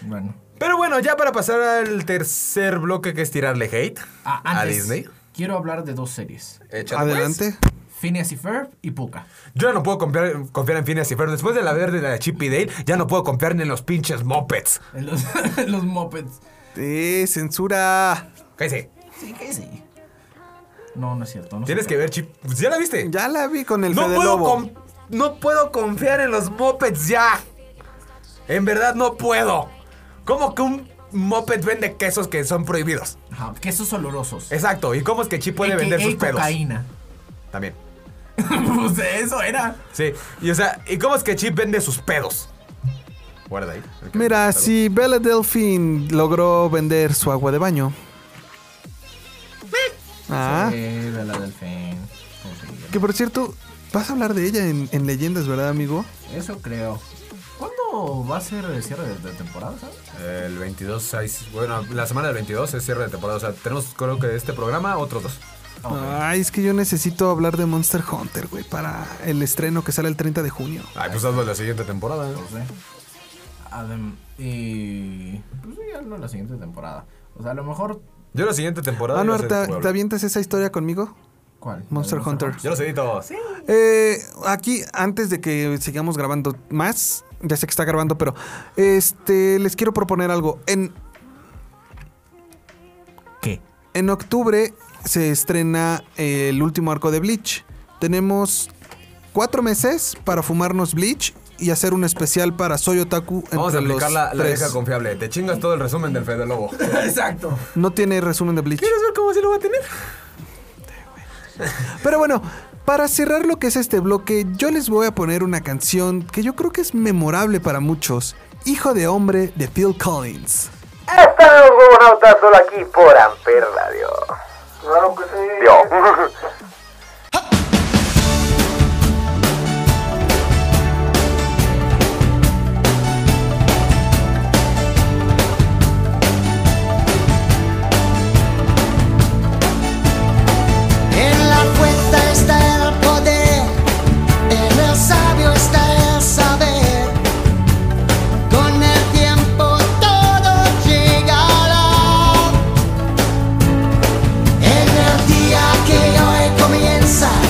[SPEAKER 3] Bueno.
[SPEAKER 1] Pero bueno, ya para pasar al tercer bloque que es tirarle hate
[SPEAKER 3] Ah,
[SPEAKER 1] a
[SPEAKER 3] antes,
[SPEAKER 1] Disney.
[SPEAKER 3] Quiero hablar de dos series.
[SPEAKER 2] pues.
[SPEAKER 1] Échale, Adelante.
[SPEAKER 3] Phineas y Ferb y Puka. [LAUGHS]
[SPEAKER 1] Yo ya no puedo confiar, confiar en Phineas y Ferb. Después de la verde de la Chip y Dale, ya no puedo confiar ni en los pinches mopeds.
[SPEAKER 3] En los, los mopeds.
[SPEAKER 2] Sí, censura.
[SPEAKER 1] Cállese.
[SPEAKER 3] Sí, que sí. No, no es cierto. No
[SPEAKER 1] Tienes
[SPEAKER 3] sé.
[SPEAKER 1] que ver Chip. Pues, ¿Ya la viste?
[SPEAKER 2] Ya la vi con el
[SPEAKER 1] No
[SPEAKER 2] Fede
[SPEAKER 1] puedo,
[SPEAKER 2] Lobo.
[SPEAKER 1] con- no puedo confiar en los mopeds ya. En verdad no puedo. ¿Cómo que un moped vende quesos que son prohibidos?
[SPEAKER 3] Ajá, quesos olorosos.
[SPEAKER 1] Exacto. ¿Y cómo es que Chip Eh, puede
[SPEAKER 3] AKA
[SPEAKER 1] vender sus pedos?
[SPEAKER 3] cocaína. [LAUGHS]
[SPEAKER 1] También.
[SPEAKER 3] pues eso era.
[SPEAKER 1] Sí. Y o sea, ¿y cómo es que Chip vende sus pedos? Guarda ahí.
[SPEAKER 2] Mira, si Bella Delphine logró vender su agua de baño. Ah,
[SPEAKER 3] Sí, de la delfín.
[SPEAKER 2] que por cierto, vas a hablar de ella en, en leyendas, ¿verdad, amigo?
[SPEAKER 3] Eso creo. ¿Cuándo Oh, va a ser el cierre de, de temporada? sabes?
[SPEAKER 1] El 22, hay- bueno, la semana del 22 es cierre de temporada. O sea, tenemos creo que este programa otros dos.
[SPEAKER 2] Ay, es que yo necesito hablar de Monster Hunter, güey, para el estreno que sale el 30 de junio.
[SPEAKER 1] Ay, pues hazlo la siguiente temporada.
[SPEAKER 3] Adem- y. Pues sí, hazlo la siguiente temporada. O sea, a lo mejor.
[SPEAKER 1] Yo la siguiente temporada.
[SPEAKER 2] Manuel,
[SPEAKER 1] ya sé de
[SPEAKER 2] ¿te,
[SPEAKER 1] cuál
[SPEAKER 2] Ah, te
[SPEAKER 1] hablo.
[SPEAKER 2] avientas esa historia conmigo?
[SPEAKER 3] ¿Cuál?
[SPEAKER 2] Monster Hunter.
[SPEAKER 1] Yo los edito.
[SPEAKER 2] Eh, aquí, antes de que sigamos grabando más, ya sé que está grabando, pero este, les quiero proponer algo. En.
[SPEAKER 3] ¿Qué?
[SPEAKER 2] En octubre se estrena eh, el último arco de Bleach. Tenemos cuatro meses para fumarnos Bleach y hacer un especial para Soy Otaku entre
[SPEAKER 1] Vamos a
[SPEAKER 2] los
[SPEAKER 1] aplicar la, la
[SPEAKER 2] tres.
[SPEAKER 1] vieja confiable. Te chingas todo el resumen del Fede Lobo.
[SPEAKER 3] Exacto.
[SPEAKER 2] No tiene resumen de Bleach.
[SPEAKER 1] ¿Quieres ver cómo se lo va a tener?
[SPEAKER 2] Pero bueno, para cerrar lo que es este bloque, yo les voy a poner una canción que yo creo que es memorable para muchos. Hijo de hombre de Phil Collins.
[SPEAKER 5] Están los huevonautas solo aquí por Amper Radio. Claro que sí.
[SPEAKER 15] En la fuerza está el poder, en el sabio está el saber. Con el tiempo todo llegará. En el día que hoy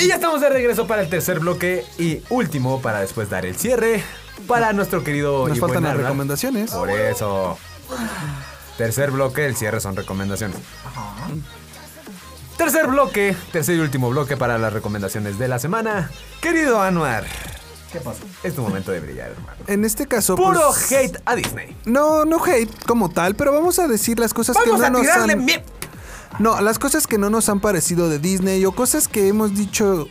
[SPEAKER 1] Y ya estamos de regreso para el tercer bloque y último para después dar el cierre para nuestro querido.
[SPEAKER 2] Nos
[SPEAKER 1] y
[SPEAKER 2] faltan
[SPEAKER 1] buen
[SPEAKER 2] las
[SPEAKER 1] Arnold.
[SPEAKER 2] recomendaciones.
[SPEAKER 1] Por eso. Tercer bloque, el cierre son recomendaciones. Tercer bloque, tercer y último bloque para las recomendaciones de la semana. Querido Anuar,
[SPEAKER 3] ¿Qué pasó?
[SPEAKER 1] es tu momento de brillar, hermano.
[SPEAKER 2] En este caso.
[SPEAKER 1] Puro
[SPEAKER 2] pues,
[SPEAKER 1] hate a Disney.
[SPEAKER 2] No, no hate como tal, pero vamos a decir las cosas que
[SPEAKER 1] Vamos
[SPEAKER 2] no
[SPEAKER 1] a
[SPEAKER 2] nos
[SPEAKER 1] tirarle
[SPEAKER 2] han.
[SPEAKER 1] mie-
[SPEAKER 2] No, las cosas que no nos han parecido de Disney o cosas que hemos dicho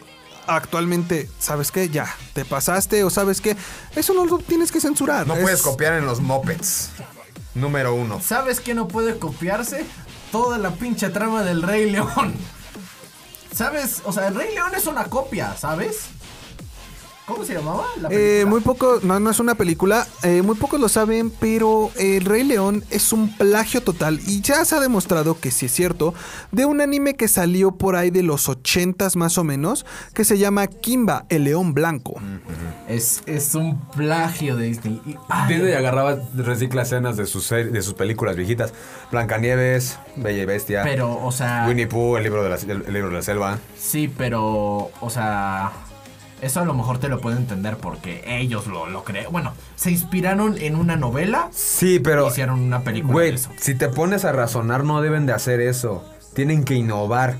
[SPEAKER 2] actualmente, ¿sabes qué? Ya, te pasaste o ¿sabes qué? Eso no lo tienes que censurar.
[SPEAKER 1] No
[SPEAKER 2] Es-
[SPEAKER 1] puedes copiar en los mopeds. Número uno.
[SPEAKER 3] ¿Sabes qué no puede copiarse? Toda la pinche trama del Rey León. ¿Sabes? O sea, el Rey León es una copia, ¿sabes? ¿Cómo se llamaba? La
[SPEAKER 2] Eh, muy poco, no, no es una película, eh, muy pocos lo saben, pero El Rey León es un plagio total y ya se ha demostrado que sí es cierto, de un anime que salió por ahí de los 80s más o menos, que se llama Kimba, el León Blanco.
[SPEAKER 3] Es, es un plagio de Disney. Y- ay,
[SPEAKER 1] Disney agarraba, recicla escenas de sus, ser- de sus películas viejitas. Blancanieves, Bella y Bestia.
[SPEAKER 3] Pero, o sea-
[SPEAKER 1] Winnie Pooh, el libro de la, el- el libro de la selva.
[SPEAKER 3] Sí, pero, o sea, eso a lo mejor te lo puedo entender porque ellos lo, lo creen. Bueno, se inspiraron en una novela.
[SPEAKER 1] Sí, pero.
[SPEAKER 3] Hicieron una película.
[SPEAKER 1] Güey,
[SPEAKER 3] de eso.
[SPEAKER 1] si te pones a razonar, no deben de hacer eso. Tienen que innovar.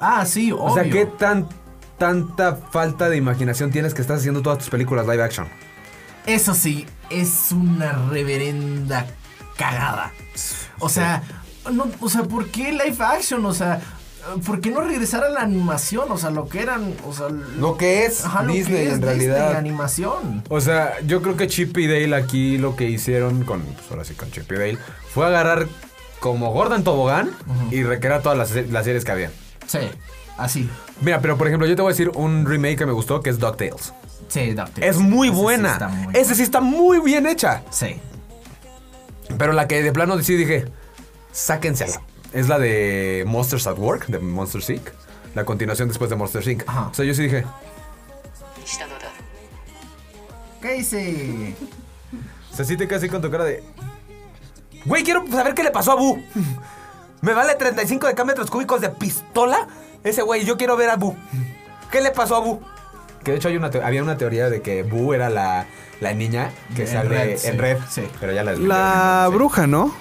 [SPEAKER 3] Ah, sí, obvio.
[SPEAKER 1] O sea, ¿qué tan, tanta falta de imaginación tienes que estás haciendo todas tus películas live action?
[SPEAKER 3] Eso sí, es una reverenda cagada. O sea, no, o sea, ¿por qué live action? O sea, ¿por qué no regresar a la animación? O sea, lo que eran, o sea,
[SPEAKER 1] Lo que es
[SPEAKER 3] Ajá, lo que
[SPEAKER 1] Disney,
[SPEAKER 3] es
[SPEAKER 1] en realidad.
[SPEAKER 3] animación.
[SPEAKER 1] O sea, yo creo que Chip y Dale aquí lo que hicieron con, pues ahora sí, con Chip y Dale, fue agarrar como Gordon Tobogán y recrear todas las, las series que había.
[SPEAKER 3] Sí, así.
[SPEAKER 1] Mira, pero por ejemplo, yo te voy a decir un remake que me gustó, que es DuckTales.
[SPEAKER 3] Sí, DuckTales.
[SPEAKER 1] Es muy
[SPEAKER 3] Ese sí
[SPEAKER 1] buena.
[SPEAKER 3] está muy
[SPEAKER 1] Esa sí está muy bien hecha.
[SPEAKER 3] Sí.
[SPEAKER 1] Pero la que de plano sí dije, sáquensela. Es la de Monsters at Work, de Monsters Inc. La continuación después de Monsters Inc. O sea, yo sí dije,
[SPEAKER 3] ¿Qué hice?
[SPEAKER 1] Se siente casi con tu cara de. Güey, quiero saber qué le pasó a Bu. [LAUGHS] Me vale 35 de metros cúbicos de pistola. Ese güey, yo quiero ver a Bu. ¿Qué le pasó a Bu? Que de hecho hay una teo- había una teoría de que Bu era la, la niña que
[SPEAKER 3] En
[SPEAKER 1] sale
[SPEAKER 3] Red,
[SPEAKER 1] en
[SPEAKER 3] sí,
[SPEAKER 1] red. Pero ya la
[SPEAKER 2] La bruja, ¿no?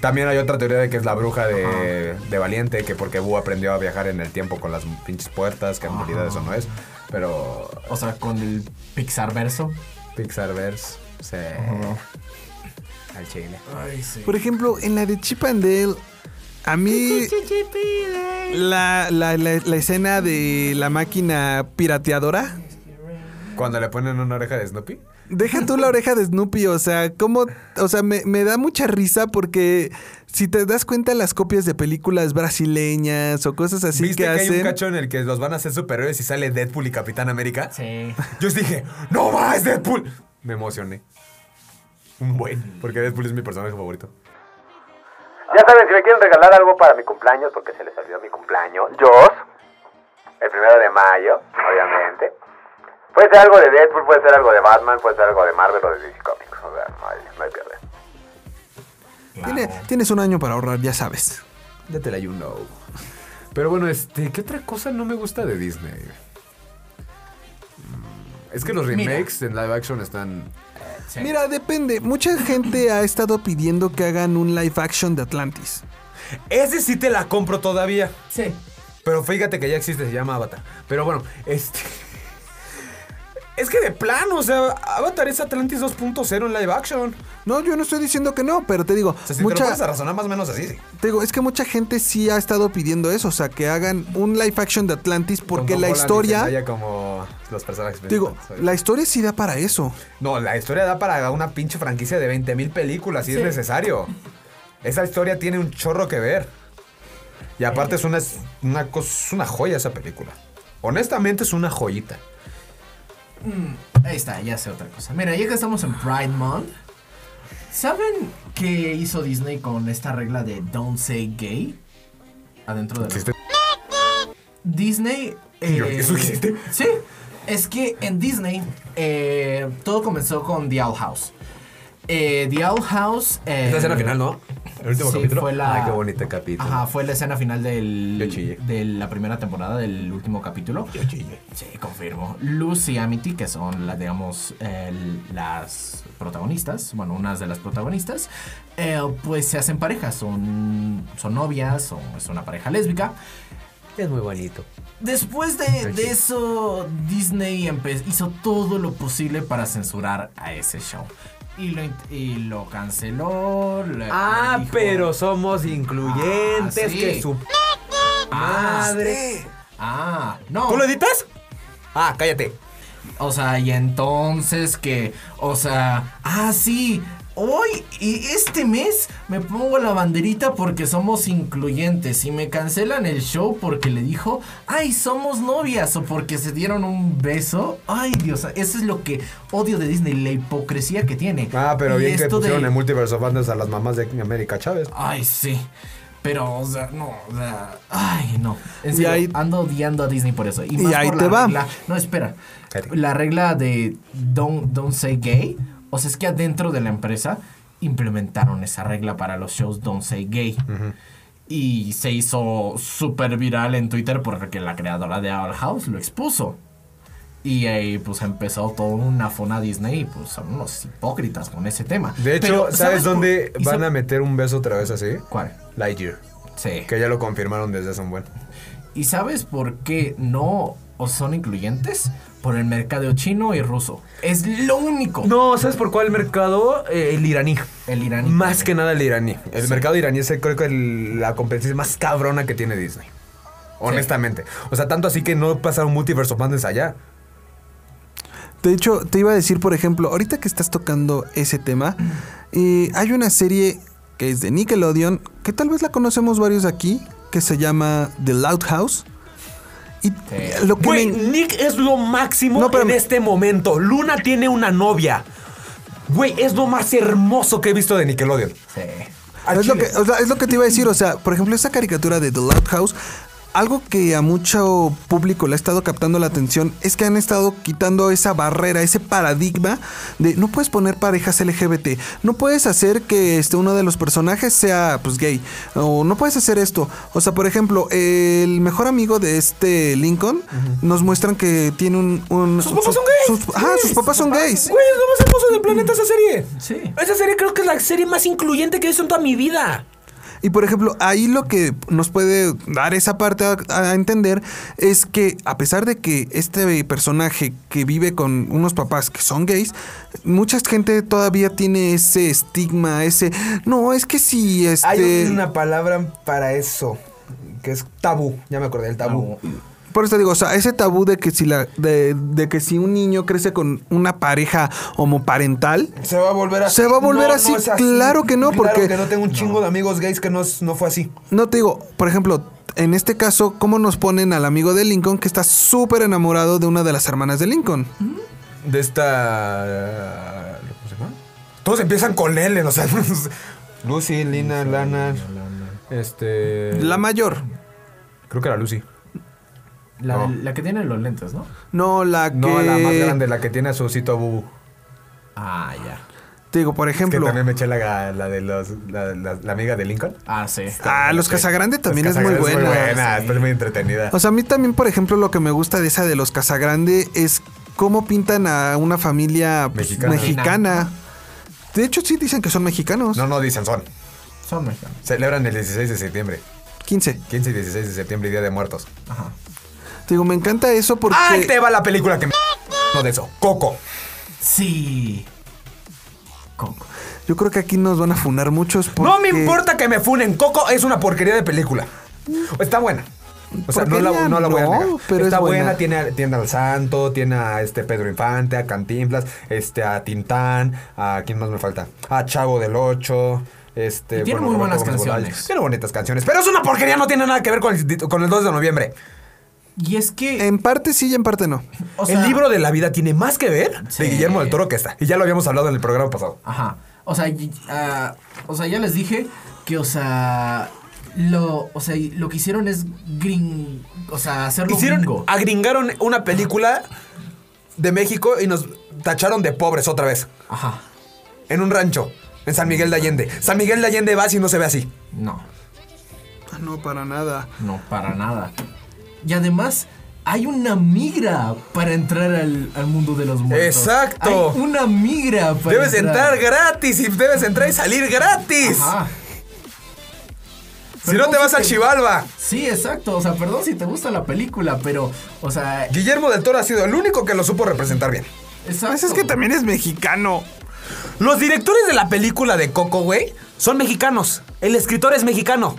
[SPEAKER 1] También hay otra teoría de que es la bruja de, de Valiente, que porque Bu aprendió a viajar en el tiempo con las pinches puertas, que en realidad eso no es. Pero.
[SPEAKER 3] O sea, con el Pixar verso.
[SPEAKER 1] Pixarverse. Sí. Al chile.
[SPEAKER 3] Ay, sí.
[SPEAKER 2] Por ejemplo, en la de Chip and Dale, a mí la, la- la- la escena de la máquina pirateadora,
[SPEAKER 1] Cuando le ponen una oreja de Snoopy.
[SPEAKER 2] deja tú la oreja de Snoopy, o sea, cómo, o sea, me, me da mucha risa porque si te das cuenta las copias de películas brasileñas o cosas así
[SPEAKER 1] ¿Viste que, hay un
[SPEAKER 2] hacen...
[SPEAKER 1] cacho en el que los van a hacer superhéroes y sale Deadpool y Capitán América?
[SPEAKER 3] Sí.
[SPEAKER 1] Yo dije, ¡No más Deadpool! Me emocioné. Un buen, porque Deadpool es mi personaje favorito.
[SPEAKER 5] Ya saben, si me quieren regalar algo para mi cumpleaños, porque se les olvidó mi cumpleaños, Joss, el primero de mayo, obviamente. Puede ser algo de Deadpool, puede ser algo de Batman, puede ser algo de Marvel o de DC Comics. O sea, no hay, no hay pierde.
[SPEAKER 2] Tiene- tienes un año para ahorrar, ya sabes.
[SPEAKER 1] Ya te la you know. Pero bueno, este, ¿qué otra cosa no me gusta de Disney? Mm, Es que los
[SPEAKER 2] Mira.
[SPEAKER 1] remakes en live action están.
[SPEAKER 2] Mira, depende. Mucha gente ha estado pidiendo que hagan un live action de Atlantis.
[SPEAKER 1] Ese sí te la compro todavía.
[SPEAKER 3] Sí.
[SPEAKER 1] Pero fíjate que ya existe, se llama Avatar. Pero bueno, este. [LAUGHS] Es que de plano, o sea, Avatar es Atlantis 2.0 en live action.
[SPEAKER 2] No, yo no estoy diciendo que no, pero te digo,
[SPEAKER 1] O sea, si te
[SPEAKER 2] mucha,
[SPEAKER 1] lo pones a razonar más o menos así, sí.
[SPEAKER 2] te digo, es que mucha gente sí ha estado pidiendo eso, o sea, que hagan un live action de Atlantis porque
[SPEAKER 1] Tom
[SPEAKER 2] la
[SPEAKER 1] Holland y
[SPEAKER 2] historia,
[SPEAKER 1] Zendaya como los personajes
[SPEAKER 2] te digo,
[SPEAKER 1] principales, obvio.
[SPEAKER 2] la historia sí da para eso.
[SPEAKER 1] No, la historia da para una pinche franquicia de 20.000 mil películas, si
[SPEAKER 2] Sí.
[SPEAKER 1] es necesario. Esa historia tiene un chorro que ver. Y
[SPEAKER 3] Eh.
[SPEAKER 1] aparte es una, es una, cosa- es una joya esa película. Honestamente es una joyita.
[SPEAKER 3] Mm, ahí está, ya sé otra cosa. Mira, ya que estamos en Pride Month, ¿saben qué hizo Disney con esta regla de don't say gay? Adentro de la... Disney. eh,
[SPEAKER 1] Yo- ¿eso existe?
[SPEAKER 3] Sí. Es que en Disney eh, todo comenzó con The Owl House. Eh, The Owl House. eh,
[SPEAKER 1] Es la escena final, ¿no? ¿El último
[SPEAKER 3] Sí,
[SPEAKER 1] capítulo?
[SPEAKER 3] fue la-
[SPEAKER 1] Ah, qué bonito capítulo.
[SPEAKER 3] Ajá, fue la escena final del,
[SPEAKER 1] Yo chillé.
[SPEAKER 3] de la primera temporada, del último capítulo. Sí, confirmo. Luz y Amity, que son, la- digamos, el- las protagonistas, bueno, unas de las protagonistas, eh, pues se hacen parejas, son, son novias, son, es una pareja lésbica.
[SPEAKER 6] Es muy bonito.
[SPEAKER 3] Después de, de eso, Disney empe- hizo todo lo posible para censurar a ese show. Y lo, int- y lo canceló. le-
[SPEAKER 6] Ah,
[SPEAKER 3] dijo-
[SPEAKER 6] pero somos incluyentes,
[SPEAKER 3] Ah, sí.
[SPEAKER 6] que su madre.
[SPEAKER 3] Ah, no.
[SPEAKER 6] ¿Tú lo editas?
[SPEAKER 3] Ah, cállate. O sea, y entonces que, o sea, ah, sí, hoy y este mes me pongo la banderita porque somos incluyentes y me cancelan el show porque le dijo, ay, somos novias o porque se dieron un beso. Ay, Dios, eso es lo que odio de Disney, la hipocresía que tiene.
[SPEAKER 1] Ah, pero
[SPEAKER 3] Y
[SPEAKER 1] bien que
[SPEAKER 3] esto de-
[SPEAKER 1] pusieron en Multiverse of Madness a las mamás de América Chávez.
[SPEAKER 3] Ay, sí. Pero, o sea, no, o sea, ay, no. En
[SPEAKER 1] Y
[SPEAKER 3] serio,
[SPEAKER 1] ahí-
[SPEAKER 3] ando odiando a Disney por eso. Y,
[SPEAKER 1] Y
[SPEAKER 3] más
[SPEAKER 1] ahí
[SPEAKER 3] por
[SPEAKER 1] te
[SPEAKER 3] la
[SPEAKER 1] va.
[SPEAKER 3] regla- no, espera. La regla de don't, don't say gay. O sea, es que adentro de la empresa implementaron esa regla para los shows don't say gay. Y se hizo súper viral en Twitter porque la creadora de Our House lo expuso. Y ahí pues empezó toda una fona Disney y pues son unos hipócritas con ese tema.
[SPEAKER 1] De hecho,
[SPEAKER 3] Pero,
[SPEAKER 1] ¿sabes,
[SPEAKER 3] por-
[SPEAKER 1] dónde
[SPEAKER 3] y
[SPEAKER 1] van
[SPEAKER 3] sab-
[SPEAKER 1] a meter un beso otra vez así?
[SPEAKER 3] ¿Cuál?
[SPEAKER 1] Lightyear.
[SPEAKER 3] Sí.
[SPEAKER 1] Que ya lo confirmaron desde hace un buen.
[SPEAKER 3] ¿Y sabes por qué no os son incluyentes? Por el mercado chino y ruso. Es lo único.
[SPEAKER 6] No, ¿sabes por cuál mercado? Eh, el iraní.
[SPEAKER 3] El iraní.
[SPEAKER 1] Más que nada el iraní. El
[SPEAKER 6] Sí.
[SPEAKER 1] mercado iraní es creo que el- la competencia más cabrona que tiene Disney. Honestamente. O sea, tanto así que no pasaron Multiverse of Madness allá.
[SPEAKER 2] De hecho, te iba a decir, por ejemplo, ahorita que estás tocando ese tema, eh, hay una serie que es de Nickelodeon, que tal vez la conocemos varios aquí, que se llama The Loud House. Y lo que
[SPEAKER 6] Güey,
[SPEAKER 2] me-
[SPEAKER 6] Nick es lo máximo en este momento. Luna tiene una novia. Güey, es lo más hermoso que he visto de Nickelodeon.
[SPEAKER 2] Es lo, que, o sea, es lo que te iba a decir, o sea, por ejemplo, esa caricatura de The Loud House, algo que a mucho público le ha estado captando la atención es que han estado quitando esa barrera, ese paradigma de no puedes poner parejas LGBT, no puedes hacer que este, uno de los personajes sea pues gay, o no puedes hacer esto. O sea, por ejemplo, el mejor amigo de este Lincoln nos muestran que tiene un... un-
[SPEAKER 6] Sus papás son gays.
[SPEAKER 2] sus- ajá,
[SPEAKER 1] ah,
[SPEAKER 6] Sí,
[SPEAKER 2] sus papás son gays.
[SPEAKER 6] Güey, es lo más hermoso del planeta esa serie.
[SPEAKER 3] Sí.
[SPEAKER 6] Esa serie creo que es la serie más incluyente que he visto en toda mi vida.
[SPEAKER 2] Y por ejemplo, ahí lo que nos puede dar esa parte a, a entender es que a pesar de que este personaje que vive con unos papás que son gays, mucha gente todavía tiene ese estigma, ese no, es que si este
[SPEAKER 1] Hay una palabra para eso. Que es tabú. Ya me acordé, el tabú.
[SPEAKER 2] Por eso te digo, o sea, ese tabú de que si la de, de que si un niño crece con una pareja homoparental
[SPEAKER 1] Se va a volver así.
[SPEAKER 2] Se va a volver
[SPEAKER 1] No,
[SPEAKER 2] así.
[SPEAKER 1] no es
[SPEAKER 2] Claro que no,
[SPEAKER 1] Claro
[SPEAKER 2] porque-
[SPEAKER 1] que no tengo un chingo de amigos gays que no, es- no fue así.
[SPEAKER 2] No te digo, por ejemplo, en este caso, ¿cómo nos ponen al amigo de Lincoln que está súper enamorado de una de las hermanas de Lincoln?
[SPEAKER 1] De esta. ¿Cómo se llama? Todos empiezan con L, o sea. [LAUGHS] Lucy, Lina, Lana. Este.
[SPEAKER 2] La mayor.
[SPEAKER 1] Creo que era Lucy.
[SPEAKER 3] La,
[SPEAKER 1] No.
[SPEAKER 3] la que tiene los lentes, ¿no?
[SPEAKER 2] No, la que.
[SPEAKER 1] No, la más grande, la que tiene a su osito Bubu.
[SPEAKER 3] Ah, ya.
[SPEAKER 2] Te digo, por ejemplo.
[SPEAKER 1] que también me eché la, la de los, la, la- la amiga de Lincoln.
[SPEAKER 3] Ah, sí.
[SPEAKER 2] Ah, Los Casagrande también es muy buena.
[SPEAKER 1] Es muy buena, está muy entretenida.
[SPEAKER 2] O sea, a mí también, por ejemplo, lo que me gusta de esa de los Casagrande es cómo pintan a una familia pues,
[SPEAKER 1] Mexicana.
[SPEAKER 2] mexicana. De hecho, sí dicen que son mexicanos.
[SPEAKER 1] no, no dicen son.
[SPEAKER 3] Son mexicanos.
[SPEAKER 1] Celebran el 16 de septiembre.
[SPEAKER 2] 15.
[SPEAKER 1] 15 y 16 de septiembre, Día de Muertos.
[SPEAKER 2] Te digo, me encanta eso porque.
[SPEAKER 1] ¡Ah, te va la película que me... No de eso. Coco.
[SPEAKER 3] Sí.
[SPEAKER 2] Yo creo que aquí nos van a funar muchos.
[SPEAKER 1] No me
[SPEAKER 2] porque-
[SPEAKER 1] importa que me funen. Coco es una porquería de película. Está buena. O sea, no la,
[SPEAKER 2] Porquería,
[SPEAKER 1] no la voy a
[SPEAKER 2] no,
[SPEAKER 1] negar.
[SPEAKER 2] pero
[SPEAKER 1] Está
[SPEAKER 2] es buena.
[SPEAKER 1] buena, tiene, a- tiene al Santo, tiene a este Pedro Infante, a Cantinflas, este, a Tintán, a quién más me falta, a Chavo del Ocho. Este,
[SPEAKER 3] Y tiene muy
[SPEAKER 1] Roberto
[SPEAKER 3] buenas
[SPEAKER 1] Gómez Bolaños.
[SPEAKER 3] canciones.
[SPEAKER 1] Tiene bonitas canciones. Pero es una porquería, no tiene nada que ver con el, con el 2 de noviembre.
[SPEAKER 3] Y es que.
[SPEAKER 2] En parte sí y en parte no.
[SPEAKER 3] O sea-
[SPEAKER 1] Eh, el libro de la vida tiene más que ver de Guillermo del Toro que está. Y ya lo habíamos hablado en el programa pasado.
[SPEAKER 3] Ajá. O sea, y- ah, o sea, ya les dije que, o sea, lo, o sea, y lo que hicieron es gring, o sea, hacerlo
[SPEAKER 1] Hicieron,
[SPEAKER 3] gringo.
[SPEAKER 1] agringaron una película de México y nos tacharon de pobres otra vez.
[SPEAKER 3] Ajá.
[SPEAKER 1] En un rancho. En San Miguel de Allende. San Miguel de Allende vas y no se ve así.
[SPEAKER 3] No.
[SPEAKER 2] No, para nada.
[SPEAKER 3] No, para nada. Y además, hay una migra para entrar al, al mundo de los muertos.
[SPEAKER 1] Exacto.
[SPEAKER 3] Hay una migra
[SPEAKER 2] Pues
[SPEAKER 3] para
[SPEAKER 1] Debes entrar gratis y debes entrar y salir gratis.
[SPEAKER 3] Ajá.
[SPEAKER 1] Si no te vas al Chivalba.
[SPEAKER 3] Sí, exacto. O sea, perdón si te gusta la película, pero, o sea,
[SPEAKER 1] Guillermo del Toro ha sido el único que lo supo representar bien.
[SPEAKER 3] exacto.
[SPEAKER 2] Pues es que también es mexicano.
[SPEAKER 6] Los directores de la película de Coco, güey, son mexicanos. El escritor es mexicano.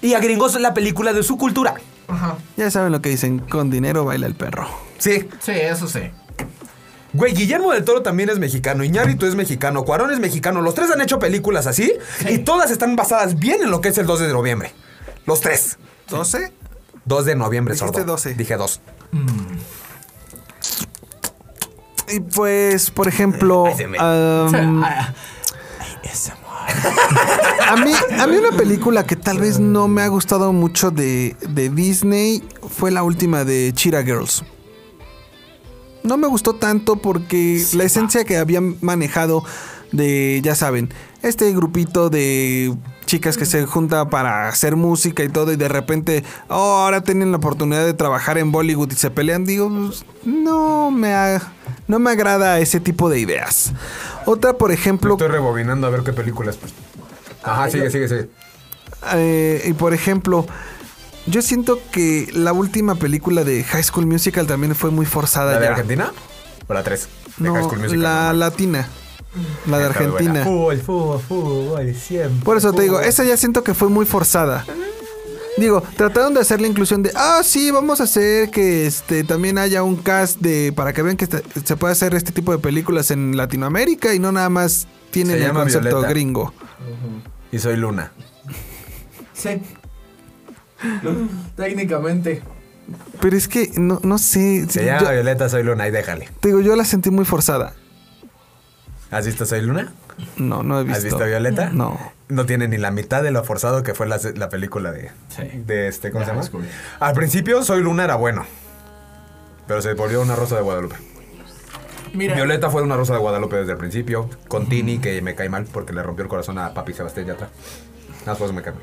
[SPEAKER 6] Y agringó la película de su cultura.
[SPEAKER 3] Ajá.
[SPEAKER 2] Ya saben lo que dicen, con dinero baila el perro.
[SPEAKER 1] Sí.
[SPEAKER 3] Sí, eso sí.
[SPEAKER 1] Güey, Guillermo del Toro también es mexicano, Iñárritu es mexicano, Cuarón es mexicano. Los tres han hecho películas así y todas están basadas bien en lo que es el 2 de noviembre. Los tres.
[SPEAKER 2] ¿12?
[SPEAKER 1] 2 de noviembre,
[SPEAKER 2] Dijiste
[SPEAKER 1] sordo.
[SPEAKER 2] 12.
[SPEAKER 1] Dije 2.
[SPEAKER 2] Y pues, por ejemplo,
[SPEAKER 1] Ay, se me-
[SPEAKER 3] [LAUGHS]
[SPEAKER 1] Mm.
[SPEAKER 2] am,
[SPEAKER 3] Ah,
[SPEAKER 2] a, mí, a mí una película que tal vez no me ha gustado mucho de, de Disney fue la última de Cheetah Girls. No me gustó tanto porque la esencia que habían manejado de, ya saben, este grupito de chicas que se junta para hacer música y todo y de repente "Oh, ahora tienen la oportunidad de trabajar en Bollywood y se pelean, digo, pues, no me, ha- no me agrada ese tipo de ideas. Otra, por ejemplo,
[SPEAKER 1] Estoy rebobinando a ver qué películas. Ajá, sigue, sigue, sigue.
[SPEAKER 2] eh, y por ejemplo, yo siento que la última película de High School Musical también fue muy forzada.
[SPEAKER 1] ¿La de
[SPEAKER 2] Ah, ya.
[SPEAKER 1] Argentina? ¿O la 3?
[SPEAKER 2] No, la latina.
[SPEAKER 1] Mm.
[SPEAKER 2] La de Argentina.
[SPEAKER 1] Fútbol, fútbol, fútbol, siempre.
[SPEAKER 2] Por eso te
[SPEAKER 1] uh.
[SPEAKER 2] digo, esa ya siento que fue muy forzada. Digo, trataron de hacer la inclusión de, ah, sí, vamos a hacer que este también haya un cast de para que vean que esta- se puede hacer este tipo de películas en Latinoamérica y no nada más tienen
[SPEAKER 1] Se
[SPEAKER 2] el
[SPEAKER 1] llama
[SPEAKER 2] concepto
[SPEAKER 1] Violeta.
[SPEAKER 2] gringo.
[SPEAKER 1] Y soy Luna.
[SPEAKER 3] Sí. Técnicamente.
[SPEAKER 2] Pero es que no, no sé.
[SPEAKER 1] Se
[SPEAKER 2] yo-
[SPEAKER 1] llama Violeta, soy Luna y déjale.
[SPEAKER 2] te digo, yo la sentí muy forzada.
[SPEAKER 1] ¿Has visto Soy Luna?
[SPEAKER 2] No, no he visto.
[SPEAKER 1] ¿Has visto Violeta?
[SPEAKER 2] No.
[SPEAKER 1] No tiene ni la mitad de lo forzado que fue la, la película de, de este, ¿cómo
[SPEAKER 3] Ya,
[SPEAKER 1] se llama?
[SPEAKER 3] descubrí.
[SPEAKER 1] Al principio Soy Luna era bueno, pero se volvió una rosa de Guadalupe.
[SPEAKER 3] Mira.
[SPEAKER 1] Violeta fue una rosa de Guadalupe desde el principio, con Tini, que me cae mal porque le rompió el corazón a Papi Sebastián Yatra. Nada más por eso me cae mal.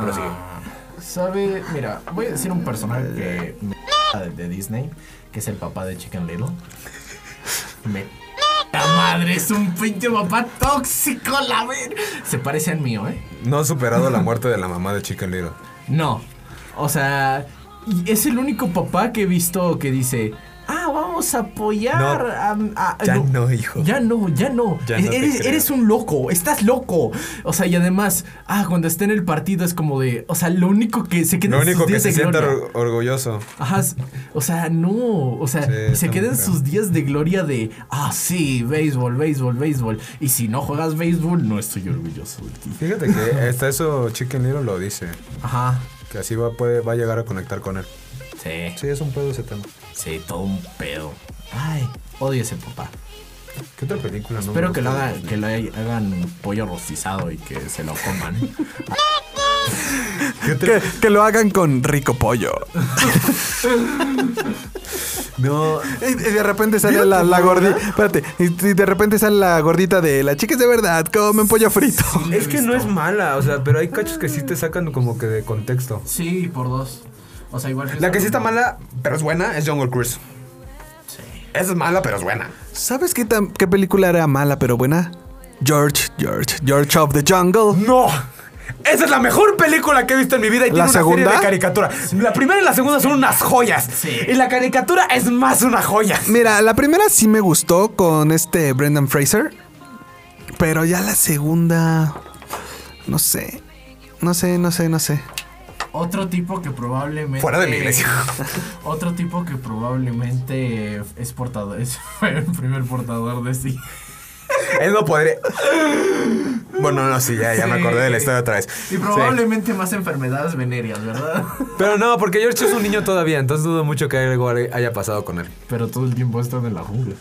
[SPEAKER 1] Pero sigue.
[SPEAKER 3] ¿Sabe? Mira, voy a decir un personaje que me de, de Disney, que es el papá de Chicken Little. Me. ¡La madre! Es un pinche papá tóxico, la ver. Se parece al mío, ¿eh?
[SPEAKER 1] No ha superado la muerte de la mamá de Chicken
[SPEAKER 3] [LAUGHS]
[SPEAKER 1] Little.
[SPEAKER 3] No. O sea, y es el único papá que he visto que dice. Ah, vamos a apoyar a, a-
[SPEAKER 1] Ya
[SPEAKER 3] no,
[SPEAKER 1] no, hijo.
[SPEAKER 3] Ya no, ya no.
[SPEAKER 1] Ya
[SPEAKER 3] E-
[SPEAKER 1] no te
[SPEAKER 3] eres,
[SPEAKER 1] creo.
[SPEAKER 3] eres un loco, estás loco. O sea, y además, ah, cuando esté en el partido es como de. O sea, lo único que se queda
[SPEAKER 1] Lo
[SPEAKER 3] en sus
[SPEAKER 1] único que
[SPEAKER 3] días
[SPEAKER 1] se
[SPEAKER 3] de
[SPEAKER 1] siente
[SPEAKER 3] gloria.
[SPEAKER 1] or- orgulloso.
[SPEAKER 3] Ajá, s- o sea, no, o sea,
[SPEAKER 1] Sí,
[SPEAKER 3] y se
[SPEAKER 1] está
[SPEAKER 3] quedan
[SPEAKER 1] muy feo.
[SPEAKER 3] sus días de gloria de, ah, sí, béisbol, béisbol, béisbol. Y si no juegas béisbol, no estoy orgulloso de ti.
[SPEAKER 1] Fíjate
[SPEAKER 3] [LAUGHS]
[SPEAKER 1] que hasta eso Chicken Little lo dice,
[SPEAKER 3] Ajá,
[SPEAKER 1] que así va, puede, va a llegar a conectar con él.
[SPEAKER 3] sí,
[SPEAKER 1] Sí, es un pedo ese tema.
[SPEAKER 3] sí, todo un pedo. Ay, odio ese papá.
[SPEAKER 1] ¿Qué otra película? No
[SPEAKER 3] Espero
[SPEAKER 1] me
[SPEAKER 3] que lo,
[SPEAKER 1] gusta?
[SPEAKER 3] haga- que lo hay- hagan pollo rostizado y que se lo coman.
[SPEAKER 1] ¿Qué otra-
[SPEAKER 2] Que, que lo hagan con rico pollo.
[SPEAKER 1] No,
[SPEAKER 2] Y y de repente sale la, la gordita. Espérate, y y de repente sale la gordita de la chica es de verdad, comen pollo frito.
[SPEAKER 1] es que no es mala, o sea, pero hay cachos que sí te sacan como que de contexto.
[SPEAKER 3] [LAUGHS] sí, por dos. O sea, igual
[SPEAKER 1] La que sí está mala, pero es buena, es Jungle Cruise. Esa es mala, pero es buena.
[SPEAKER 2] ¿Sabes qué, tam- qué película era mala pero buena? George, George, George of the Jungle.
[SPEAKER 1] ¡No! Esa es la mejor película que he visto en mi vida y tiene
[SPEAKER 2] ¿La
[SPEAKER 1] una
[SPEAKER 2] segunda?
[SPEAKER 1] serie de caricatura. La primera y la segunda son unas joyas. Y la caricatura es más una joya.
[SPEAKER 2] Mira, la primera sí me gustó con este Brendan Fraser. Pero ya la segunda. No sé. No sé, no sé, no sé.
[SPEAKER 3] Otro tipo que probablemente.
[SPEAKER 1] Fuera de mi iglesia.
[SPEAKER 3] [LAUGHS] Otro tipo que probablemente es portador. Es [LAUGHS] el primer portador de sí.
[SPEAKER 1] Él no podría. Bueno, no, sí, ya, ya me
[SPEAKER 3] Sí.
[SPEAKER 1] acordé de la historia otra vez.
[SPEAKER 3] Y probablemente más enfermedades venéreas, ¿verdad?
[SPEAKER 1] Sí. Pero no, porque George es un niño todavía, entonces dudo mucho que algo haya pasado con él.
[SPEAKER 3] [LAUGHS] Pero todo el tiempo están en la jungla.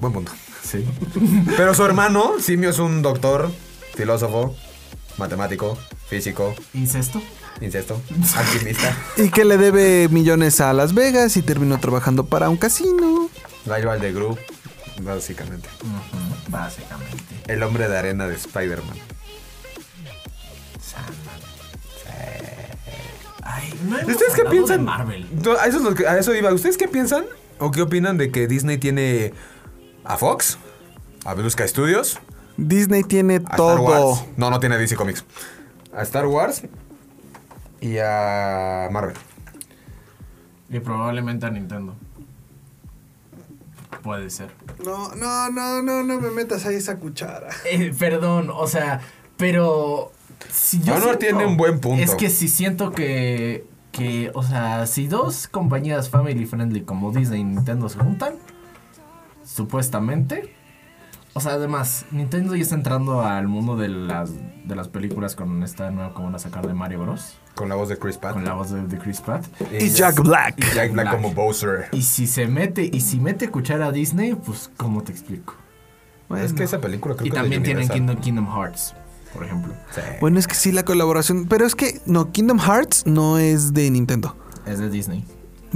[SPEAKER 1] Buen punto.
[SPEAKER 3] Sí.
[SPEAKER 1] [LAUGHS] Pero su hermano, Simio, es un doctor, filósofo, matemático, físico,
[SPEAKER 3] ¿Incesto? [LAUGHS]
[SPEAKER 1] incesto, alquimista.
[SPEAKER 2] Y que le debe millones a Las Vegas y terminó trabajando para un casino.
[SPEAKER 1] Rival de Gru, básicamente.
[SPEAKER 3] Básicamente.
[SPEAKER 1] El hombre de arena de Spider-Man.
[SPEAKER 3] Ay, no hemos
[SPEAKER 1] ¿Ustedes qué
[SPEAKER 3] hablado de
[SPEAKER 1] piensan?
[SPEAKER 3] Marvel.
[SPEAKER 1] No, A eso, es lo que- a eso iba. ¿Ustedes qué piensan? ¿O qué opinan de que Disney tiene a Fox? ¿A Belusca Studios?
[SPEAKER 2] Disney tiene
[SPEAKER 1] A Star
[SPEAKER 2] todo.
[SPEAKER 1] Wars. No, no tiene DC Comics. A Star Wars y a Marvel.
[SPEAKER 3] Y probablemente a Nintendo. Puede ser.
[SPEAKER 2] No, no, no, no, no me metas ahí esa cuchara.
[SPEAKER 3] Eh, perdón, o sea, pero. Si yo
[SPEAKER 1] Manuel
[SPEAKER 3] siento-
[SPEAKER 1] tiene un buen punto.
[SPEAKER 3] Es que si siento que. Que, o sea, si dos compañías family friendly como Disney y Nintendo se juntan, supuestamente. O sea, además, Nintendo ya está entrando al mundo de las, de las películas con esta nueva que van a sacar de Mario Bros.
[SPEAKER 1] Con la voz de Chris Pratt.
[SPEAKER 3] Con la voz de, de Chris Pratt.
[SPEAKER 1] Y Jack Black. Y Jack Black como Bowser.
[SPEAKER 3] Y si se mete, y si mete cuchara a Disney, pues, ¿cómo te explico?
[SPEAKER 1] Es que esa película creo
[SPEAKER 3] Y
[SPEAKER 1] que es de
[SPEAKER 3] también tienen
[SPEAKER 1] Universal.
[SPEAKER 3] Kingdom, Kingdom Hearts, por ejemplo.
[SPEAKER 2] Bueno, es que sí, la colaboración. Pero es que, no, Kingdom Hearts no es de Nintendo.
[SPEAKER 3] Es de Disney.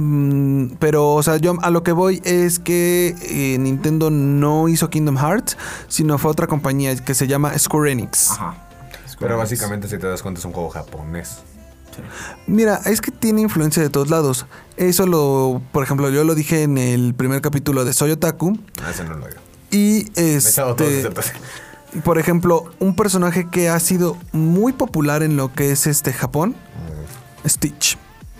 [SPEAKER 2] Mm, pero, o sea, yo a lo que voy es que eh, Nintendo no hizo Kingdom Hearts, sino fue otra compañía que se llama Square Enix.
[SPEAKER 1] Pero básicamente, si te das cuenta, es un juego japonés.
[SPEAKER 2] Mira, es que tiene influencia de todos lados. Eso lo, por ejemplo, yo lo dije en el primer capítulo de Soy Otaku.
[SPEAKER 1] Ah, ese no lo digo.
[SPEAKER 2] Y
[SPEAKER 1] Me he echado todos
[SPEAKER 2] este,
[SPEAKER 1] excepto ese.
[SPEAKER 2] por ejemplo, un personaje que ha sido muy popular en lo que es este Japón,
[SPEAKER 1] Mm.
[SPEAKER 2] Stitch.